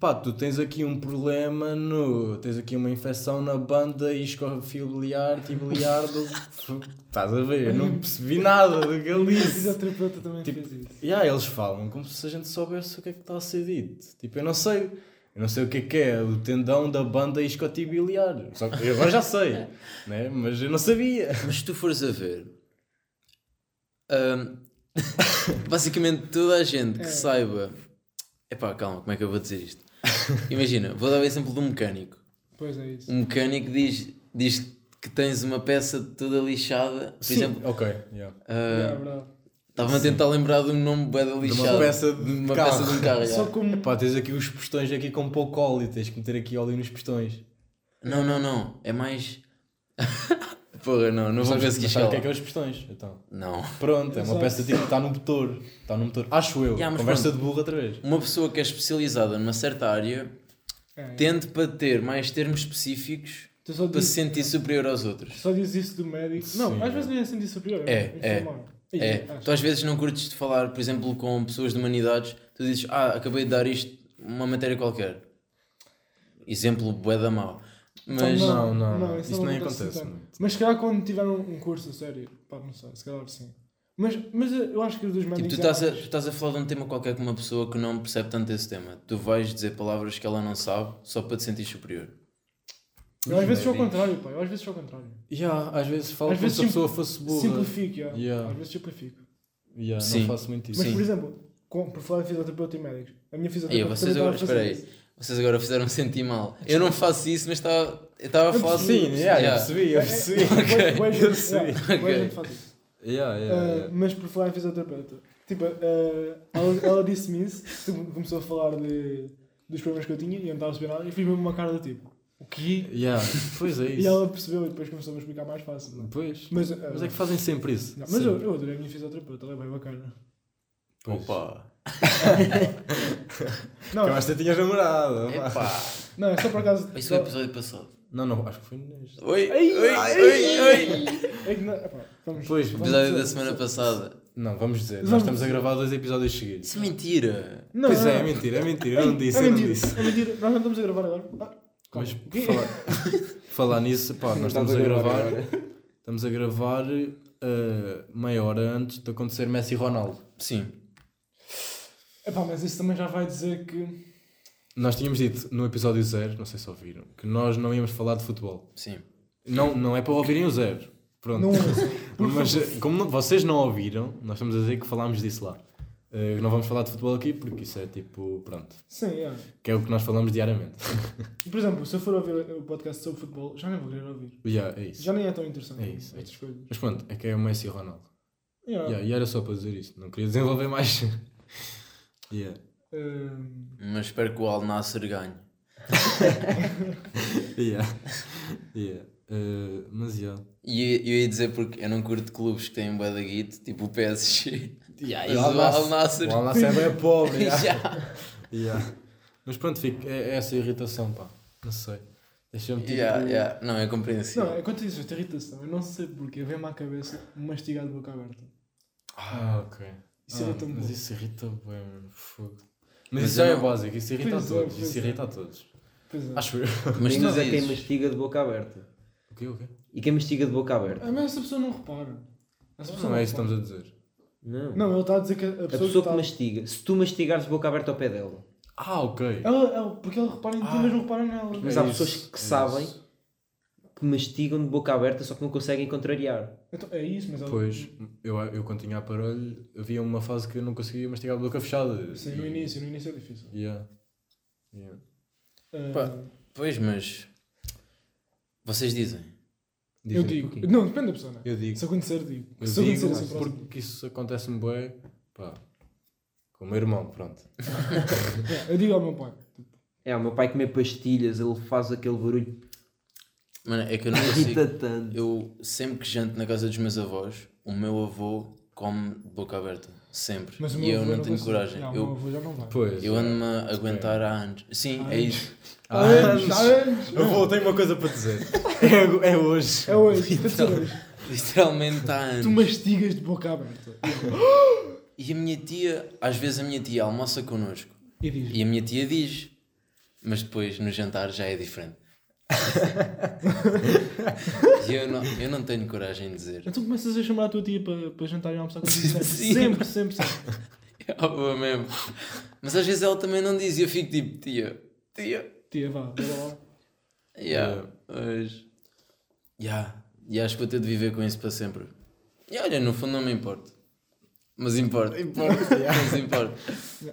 Speaker 1: pá, tu tens aqui um problema no. tens aqui uma infecção na banda iscofiliar, tibial do. Estás a ver? Eu não percebi nada do que ele
Speaker 3: O
Speaker 1: disse.
Speaker 3: fisioterapeuta também
Speaker 1: Tipo,
Speaker 3: fez isso.
Speaker 1: E aí eles falam como se a gente soubesse o que é que está a ser dito. Tipo, eu não sei. Eu não sei o que é que é o tendão da banda iscotibiliar. Só que eu agora já sei, né? mas eu não sabia.
Speaker 2: Mas se tu fores a ver. hum, basicamente toda a gente que
Speaker 1: É.
Speaker 2: saiba. Epá, calma, como é que eu vou dizer isto? Imagina, vou dar o exemplo de um mecânico.
Speaker 3: Pois é isso.
Speaker 2: O mecânico diz, diz que tens uma peça toda lixada. Por exemplo,
Speaker 1: ok. yeah.
Speaker 3: Yeah, é
Speaker 2: ah,
Speaker 3: verdade.
Speaker 2: estava-me a tentar lembrar de um nome bué da
Speaker 1: De
Speaker 2: lixada.
Speaker 1: uma peça de,
Speaker 2: uma
Speaker 1: carro.
Speaker 2: peça de um carro.
Speaker 3: Só
Speaker 2: yeah.
Speaker 3: como.
Speaker 1: Pá, tens aqui os pistões aqui com pouco óleo, tens que meter aqui óleo nos pistões.
Speaker 2: Não, não, não. É mais. Porra, não,
Speaker 1: Mas
Speaker 2: não vou
Speaker 1: sabes-
Speaker 2: conseguir
Speaker 1: mas sabes
Speaker 2: chegar.
Speaker 1: o que é
Speaker 2: lá.
Speaker 1: que é os pistões? Então.
Speaker 2: Não.
Speaker 1: Pronto, é uma
Speaker 3: Exato.
Speaker 1: peça tipo que está no motor. Está no motor. Acho eu.
Speaker 2: Yeah, mas
Speaker 1: Conversa
Speaker 2: pronto.
Speaker 1: de burro outra vez.
Speaker 2: Uma pessoa que é especializada numa certa área
Speaker 3: É,
Speaker 2: tende para ter mais termos específicos
Speaker 3: tu só
Speaker 2: para se
Speaker 3: dizes,
Speaker 2: sentir superior aos outros.
Speaker 3: só dizes isso do médico.
Speaker 1: Sim,
Speaker 3: não, às
Speaker 1: é.
Speaker 3: vezes nem é sentir superior.
Speaker 2: É, é.
Speaker 3: informar. Aí,
Speaker 2: É,
Speaker 3: acho.
Speaker 2: tu às vezes não curtes de falar, por exemplo, com pessoas de humanidades, tu dizes, ah, acabei de dar isto, uma matéria qualquer. Exemplo, bué da mau. Mas,
Speaker 1: Não, não, não.
Speaker 3: não assim
Speaker 1: Isso nem acontece
Speaker 3: tanto.
Speaker 1: muito.
Speaker 3: Mas se calhar quando tiver um, um curso a sério, pá, não sei, se calhar sim. Mas, mas eu acho que os dos
Speaker 2: tipo,
Speaker 3: médicos.
Speaker 2: tu
Speaker 3: é
Speaker 2: estás, a, tu
Speaker 3: mais-
Speaker 2: estás a falar de um tema qualquer com uma pessoa que não percebe tanto esse tema. Tu vais dizer palavras que ela não sabe só para te sentir superior.
Speaker 3: Eu às vezes sou ao
Speaker 1: Médicos.
Speaker 3: contrário, pá, eu às vezes sou ao contrário.
Speaker 1: Yeah, às vezes falo
Speaker 3: Às
Speaker 1: como
Speaker 3: vezes
Speaker 1: se a
Speaker 3: sim-
Speaker 1: pessoa fosse burra.
Speaker 3: Simplifico, yeah.
Speaker 1: Yeah.
Speaker 3: às vezes simplifico.
Speaker 1: Yeah,
Speaker 2: Sim.
Speaker 1: não faço muito isso.
Speaker 3: Mas
Speaker 2: Sim.
Speaker 3: por exemplo, com, por falar em fisioterapeuta e médicos, a minha
Speaker 2: Aí,
Speaker 3: fisioterapeuta.
Speaker 2: vocês
Speaker 3: também
Speaker 2: agora,
Speaker 3: estava a
Speaker 2: espera
Speaker 3: fazer
Speaker 2: aí,
Speaker 3: isso.
Speaker 2: vocês agora fizeram-me sentir mal. Eu não faço isso, mas estava, eu estava a falar
Speaker 1: Sim,
Speaker 2: assim.
Speaker 3: é,
Speaker 1: yeah, eu
Speaker 2: Yeah.
Speaker 1: percebi, eu percebi.
Speaker 3: Bué- bué gente-
Speaker 1: Eu sei. É.
Speaker 3: yeah, bué
Speaker 2: Ok.
Speaker 3: gente faz isso.
Speaker 1: Yeah, yeah,
Speaker 3: Ah,
Speaker 1: yeah.
Speaker 3: mas por falar em fisioterapeuta, tipo, ah, ela, ela disse-me isso, tipo, começou a falar de, dos problemas que eu tinha e eu não estava a perceber nada, e eu fiz mesmo uma cara do tipo, o quê?
Speaker 1: Yeah, pois é isso.
Speaker 3: E ela percebeu e depois começou a explicar mais fácil. não é?
Speaker 1: Pois.
Speaker 3: Mas, ah,
Speaker 1: Mas é que fazem sempre isso.
Speaker 3: não, mas eu, eu adorei a minha fisioterapeuta, ela é bem bacana.
Speaker 1: Pois.
Speaker 2: Opa,
Speaker 3: Não,
Speaker 1: Que eu acho que tinhas namorado. pá.
Speaker 2: epá.
Speaker 3: não, é só por acaso.
Speaker 2: Isso
Speaker 3: só-
Speaker 2: foi o episódio passado.
Speaker 1: Não, não, acho que foi neste.
Speaker 2: Oi,
Speaker 3: Ai,
Speaker 2: oi,
Speaker 3: ai,
Speaker 2: oi, oi.
Speaker 3: é que não- epá, vamos-
Speaker 1: Pois,
Speaker 3: vamos
Speaker 2: Episódio da
Speaker 3: dizer-
Speaker 2: semana passada.
Speaker 1: Não, vamos dizer,
Speaker 3: Vamos
Speaker 1: nós estamos a
Speaker 3: dizer.
Speaker 1: gravar dois episódios seguidos.
Speaker 2: Isso é mentira.
Speaker 3: Não,
Speaker 1: pois
Speaker 3: não,
Speaker 1: é, é
Speaker 3: não.
Speaker 1: mentira, é mentira, eu não
Speaker 3: Ei,
Speaker 1: disse,
Speaker 3: é
Speaker 1: eu não
Speaker 3: mentira,
Speaker 1: disse.
Speaker 3: É mentira, nós não estamos a gravar agora. Ah, calma,
Speaker 1: Mas
Speaker 3: o quê?
Speaker 1: falar, falar nisso, pá, nós estamos a gravar, estamos a gravar eh, meia hora antes de acontecer Messi e Ronaldo.
Speaker 2: Sim.
Speaker 3: Epá, mas isso também já vai dizer que.
Speaker 1: Nós tínhamos dito no episódio zero, não sei se ouviram, que nós não íamos falar de futebol.
Speaker 2: Sim.
Speaker 1: Não, não é para ouvirem o zero. Pronto.
Speaker 3: Não ouçam.
Speaker 1: Mas eh, como não- vocês não ouviram, nós estamos a dizer que falámos disso lá. Eh, não vamos falar de futebol aqui porque isso é tipo, pronto,
Speaker 3: Sim, é.
Speaker 1: que é o que nós falamos diariamente.
Speaker 3: Por exemplo, se eu for ouvir o podcast sobre futebol, já nem vou querer ouvir.
Speaker 1: yeah, é isso.
Speaker 3: Já nem é tão interessante
Speaker 1: É isso, é
Speaker 3: estas coisas. É.
Speaker 1: Mas pronto, é que é o Messi e o Ronaldo.
Speaker 3: Yeah.
Speaker 1: Yeah, e era só para dizer isto, não queria desenvolver mais. yeah.
Speaker 3: Ehm,
Speaker 2: Mas espero que o Al Nasser ganhe.
Speaker 1: Yeah. Yeah. Eh, mas yeah.
Speaker 2: E eu, eu ia dizer porque eu não curto clubes que têm bué da guite, tipo o PSG.
Speaker 1: Yeah,
Speaker 2: Mas o é Al Nasser.
Speaker 1: O Al Nasser é bem pobre. yeah.
Speaker 2: Já.
Speaker 1: Yeah. Mas pronto, fica, é, é essa irritação, pá. Não sei. Deixa-me tipo.
Speaker 2: Yeah, yeah. Não, é compreensível.
Speaker 3: Não, é quando tu dizes esta irritação, eu não sei porquê, vem-me à cabeça mastigar de boca aberta.
Speaker 1: Ah, ok.
Speaker 3: Isso
Speaker 1: Ah,
Speaker 3: era tão
Speaker 1: mas
Speaker 3: bom.
Speaker 1: isso irrita bem, mano. Fogo. Mas,
Speaker 2: Mas
Speaker 1: isso
Speaker 2: eu
Speaker 1: já é
Speaker 2: não-
Speaker 1: básico, isso irrita
Speaker 3: Pois
Speaker 1: a
Speaker 3: é,
Speaker 1: todos.
Speaker 3: pois
Speaker 1: isso
Speaker 3: é.
Speaker 1: irrita a todos.
Speaker 3: Pois é.
Speaker 1: Acho eu.
Speaker 2: Mas tu
Speaker 5: Menos é quem
Speaker 2: dizes.
Speaker 5: mastiga de boca aberta.
Speaker 1: O quê, o quê?
Speaker 5: E quem mastiga de boca aberta?
Speaker 3: Ah, mas essa pessoa não repara. Essa pessoa
Speaker 1: Não é isso que
Speaker 3: repara.
Speaker 1: estamos a dizer.
Speaker 5: Não.
Speaker 3: Não, ele está a dizer que a pessoa,
Speaker 5: a pessoa que
Speaker 3: está...
Speaker 5: mastiga. Se tu mastigares de boca aberta ao pé dela.
Speaker 1: Ah, ok.
Speaker 3: Ela, ela, porque ele repara em ti, mas não repara nela.
Speaker 5: Mas
Speaker 1: É
Speaker 5: há
Speaker 1: isso,
Speaker 5: pessoas que
Speaker 1: é
Speaker 5: sabem
Speaker 1: isso.
Speaker 5: que mastigam de boca aberta só que não conseguem contrariar.
Speaker 3: Então, é isso, mas ela...
Speaker 1: Pois, eu, eu quando tinha aparelho, havia uma fase que eu não conseguia mastigar de boca fechada.
Speaker 3: Sim, no início, no início é difícil.
Speaker 1: Yeah. Yeah.
Speaker 3: Ah,
Speaker 2: Pá, Pois, mas. Vocês dizem.
Speaker 3: eu
Speaker 1: Dizem-
Speaker 3: digo.
Speaker 5: porquê.
Speaker 3: Não, depende da pessoa, né?
Speaker 1: Eu digo.
Speaker 3: Se acontecer, digo.
Speaker 1: Eu
Speaker 3: Se acontecer,
Speaker 1: digo
Speaker 3: assim, próximo.
Speaker 1: porque isso acontece-me bem, pá, com o meu irmão, pronto.
Speaker 3: É, eu digo ao meu pai.
Speaker 5: É, o meu pai comer pastilhas, ele faz aquele barulho
Speaker 2: Mano, é que eu não consigo.
Speaker 5: irrita tanto.
Speaker 2: Eu sempre que janto na casa dos meus avós, o meu avô come de boca aberta. Sempre.
Speaker 3: Mas o
Speaker 2: e
Speaker 3: meu
Speaker 2: eu
Speaker 3: avô
Speaker 2: não tenho
Speaker 3: consigo.
Speaker 2: coragem.
Speaker 3: Não, o meu
Speaker 2: eu
Speaker 3: avô já não vai.
Speaker 1: Pois.
Speaker 2: eu ando-me a aguentar há anos. Sim,
Speaker 3: Há
Speaker 2: é
Speaker 3: anos.
Speaker 2: isso.
Speaker 3: Há anos, há anos.
Speaker 1: Eu vou, tenho uma coisa para dizer. É, é hoje.
Speaker 3: É hoje, tem de ser hoje.
Speaker 2: Literalmente há anos.
Speaker 3: Tu mastigas de boca aberta.
Speaker 2: E a minha tia, às vezes a minha tia almoça connosco.
Speaker 3: E diz.
Speaker 2: E a minha tia diz. Mas depois no jantar já é diferente. e eu não, eu não tenho coragem de dizer.
Speaker 3: Então começas a chamar a tua tia para, para jantar e almoçar com sempre,
Speaker 2: Sim.
Speaker 3: sempre, sempre, sempre.
Speaker 2: É óbvio mesmo. Mas às vezes ela também não diz e eu fico tipo, tia, tia.
Speaker 3: Tia, vá, bora lá.
Speaker 2: Yeah, Mas. Yeah. E acho que vou ter de viver com isso para sempre. E olha, no fundo não me importo. Mas importa. Importa, Mas importa.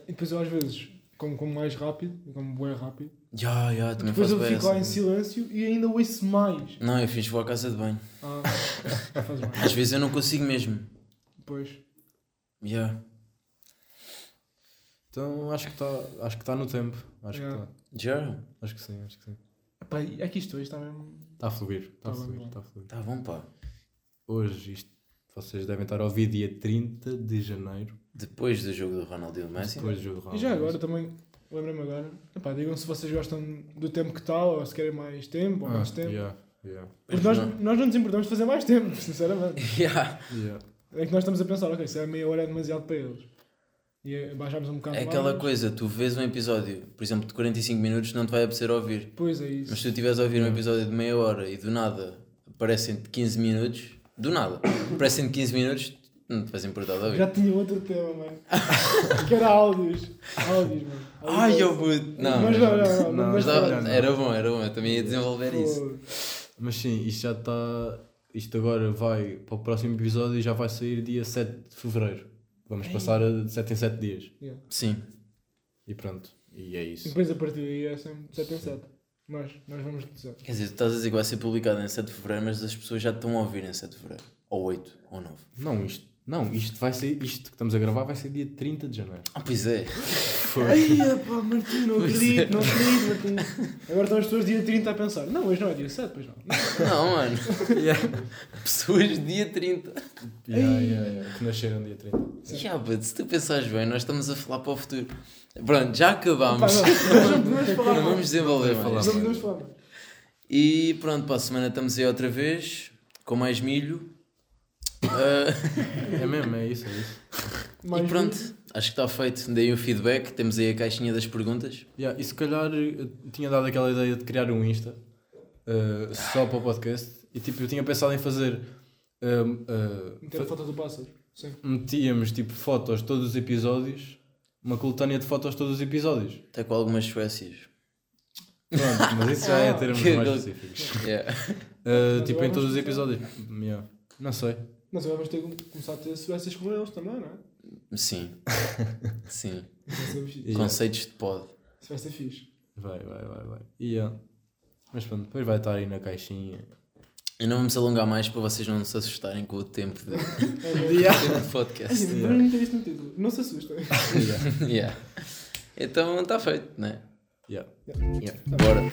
Speaker 3: E depois eu às vezes como, como mais rápido, eu como bem rápido.
Speaker 2: Yeah, yeah, também
Speaker 3: Depois
Speaker 2: faço
Speaker 3: eu
Speaker 2: bem assim.
Speaker 3: fico lá em
Speaker 2: essa.
Speaker 3: silêncio e ainda ouço mais.
Speaker 2: Não, eu fiz vou à casa de banho.
Speaker 3: Ah, faz bem.
Speaker 2: Às vezes eu não consigo mesmo.
Speaker 3: Depois.
Speaker 2: Yeah.
Speaker 1: Então acho que está acho que tá no tempo. Acho
Speaker 3: Yeah.
Speaker 1: que está.
Speaker 2: Já?
Speaker 1: Acho que sim, acho que sim.
Speaker 3: Epá, e é que isto hoje está mesmo.
Speaker 1: Está a fluir, está a
Speaker 3: Tá bem,
Speaker 1: fluir,
Speaker 3: bom.
Speaker 1: está a fluir.
Speaker 2: Tá bom, pá.
Speaker 1: Hoje isto, vocês devem estar a ouvir dia 30 de janeiro,
Speaker 2: Depois do jogo do Ronaldo e do Messi.
Speaker 1: depois do jogo do
Speaker 3: E já
Speaker 1: Ronaldo.
Speaker 3: agora tá também, lembrem-me agora. Epá, digam se vocês gostam do tempo que está, ou se querem mais tempo, ou
Speaker 1: Ah,
Speaker 3: menos tempo.
Speaker 1: yeah, yeah,
Speaker 3: Porque nós,
Speaker 2: Não.
Speaker 3: nós não nos importamos de fazer mais tempo, sinceramente.
Speaker 2: Yeah.
Speaker 1: yeah.
Speaker 3: É que nós estamos a pensar, ok, se é meia hora é demasiado para eles. E eh, baixámos um bocado
Speaker 2: É aquela
Speaker 3: mais.
Speaker 2: coisa, tu vês um episódio, por exemplo, de 45 minutos, não te vai apetecer ouvir.
Speaker 3: Pois é isso.
Speaker 2: Mas se tu estiveres a ouvir um episódio de meia hora e do nada aparecem-te 15 minutos, do nada, aparecem-te 15 minutos, não te vais importar de ouvir.
Speaker 3: Já tinha outro tema, mano. que era áudios. Áudios, mano.
Speaker 2: Ai, eu puto! Não, mas,
Speaker 3: mas não, não, não,
Speaker 1: não,
Speaker 3: não,
Speaker 2: mas
Speaker 3: mas
Speaker 2: dá-
Speaker 1: não, não.
Speaker 2: era bom, era bom, eu também ia desenvolver isso.
Speaker 1: Mas sim, isto já está. Isto agora vai para o próximo episódio e já vai sair dia 7 de fevereiro. Vamos passar a de 7 em 7 dias.
Speaker 2: Sim,
Speaker 1: E pronto. E é
Speaker 3: E
Speaker 1: isso.
Speaker 3: depois a partir daí é sempre 7 em 7. Nós, nós vamos dizer.
Speaker 2: quer dizer, tu estás a dizer que vai ser publicado em 7 de fevereiro, mas as pessoas já te estão a ouvir em 7 de fevereiro, ou 8, ou 9.
Speaker 1: Não, isto. Não, isto vai ser. Isto que estamos a gravar vai ser dia 30 de janeiro.
Speaker 2: Ah, pois é,
Speaker 3: Ai, é, pá, Martim, não acredito, não acredito, Martim. Agora estão as pessoas dia 30 a pensar. Não, hoje não é dia 7, pois não.
Speaker 2: não, mano, pessoas dia 30.
Speaker 1: Yeah, yeah, yeah. Que nasceram dia 30.
Speaker 2: Já, puto, se tu pensares bem, nós estamos a falar para o futuro. Pronto, já
Speaker 3: Pá,
Speaker 2: acabámos.
Speaker 3: não, nós não podemos falar
Speaker 2: Não
Speaker 3: mais.
Speaker 2: vamos desenvolver
Speaker 1: Não podemos
Speaker 2: mais.
Speaker 3: Não podemos falar mais.
Speaker 2: E pronto, para a semana estamos aí outra vez, com mais milho. Ah,
Speaker 1: É mesmo, é isso, é isso.
Speaker 3: Mais
Speaker 2: e pronto, acho que está feito. Deem o feedback, temos aí a caixinha das perguntas.
Speaker 1: Yeah, e se calhar eu tinha dado aquela ideia de criar um Insta uh, só para o podcast. E tipo, eu tinha pensado em fazer. um, uh,
Speaker 3: Meter é a foto do pássaro. Sim.
Speaker 1: metíamos tipo fotos de todos os episódios, uma coletânea de fotos de todos os episódios.
Speaker 2: Até com algumas espécies.
Speaker 1: Pronto, mas isso já é termos
Speaker 2: Que
Speaker 1: mais
Speaker 2: doido.
Speaker 1: específicos.
Speaker 2: Yeah.
Speaker 1: Uh, tipo em todos os episódios. Yeah. Não sei.
Speaker 3: Mas agora vamos ter que começar a ter suécias com eles também, não é?
Speaker 2: Sim, sim.
Speaker 3: Isso vai ser fixe.
Speaker 1: Yeah.
Speaker 2: Conceitos de pod.
Speaker 3: Isso vai ser fixe.
Speaker 1: Vai, vai, vai, vai. Yeah. Mas pronto, depois vai estar aí na caixinha.
Speaker 2: E não vamos alongar mais para vocês não se assustarem com o tempo de,
Speaker 3: É,
Speaker 2: tempo de
Speaker 3: Ai,
Speaker 2: podcast.
Speaker 3: vamos meter isto no título. Não se assustem.
Speaker 1: Yeah.
Speaker 2: Yeah. Então está feito, tá né?
Speaker 1: Yeah.
Speaker 2: Bora.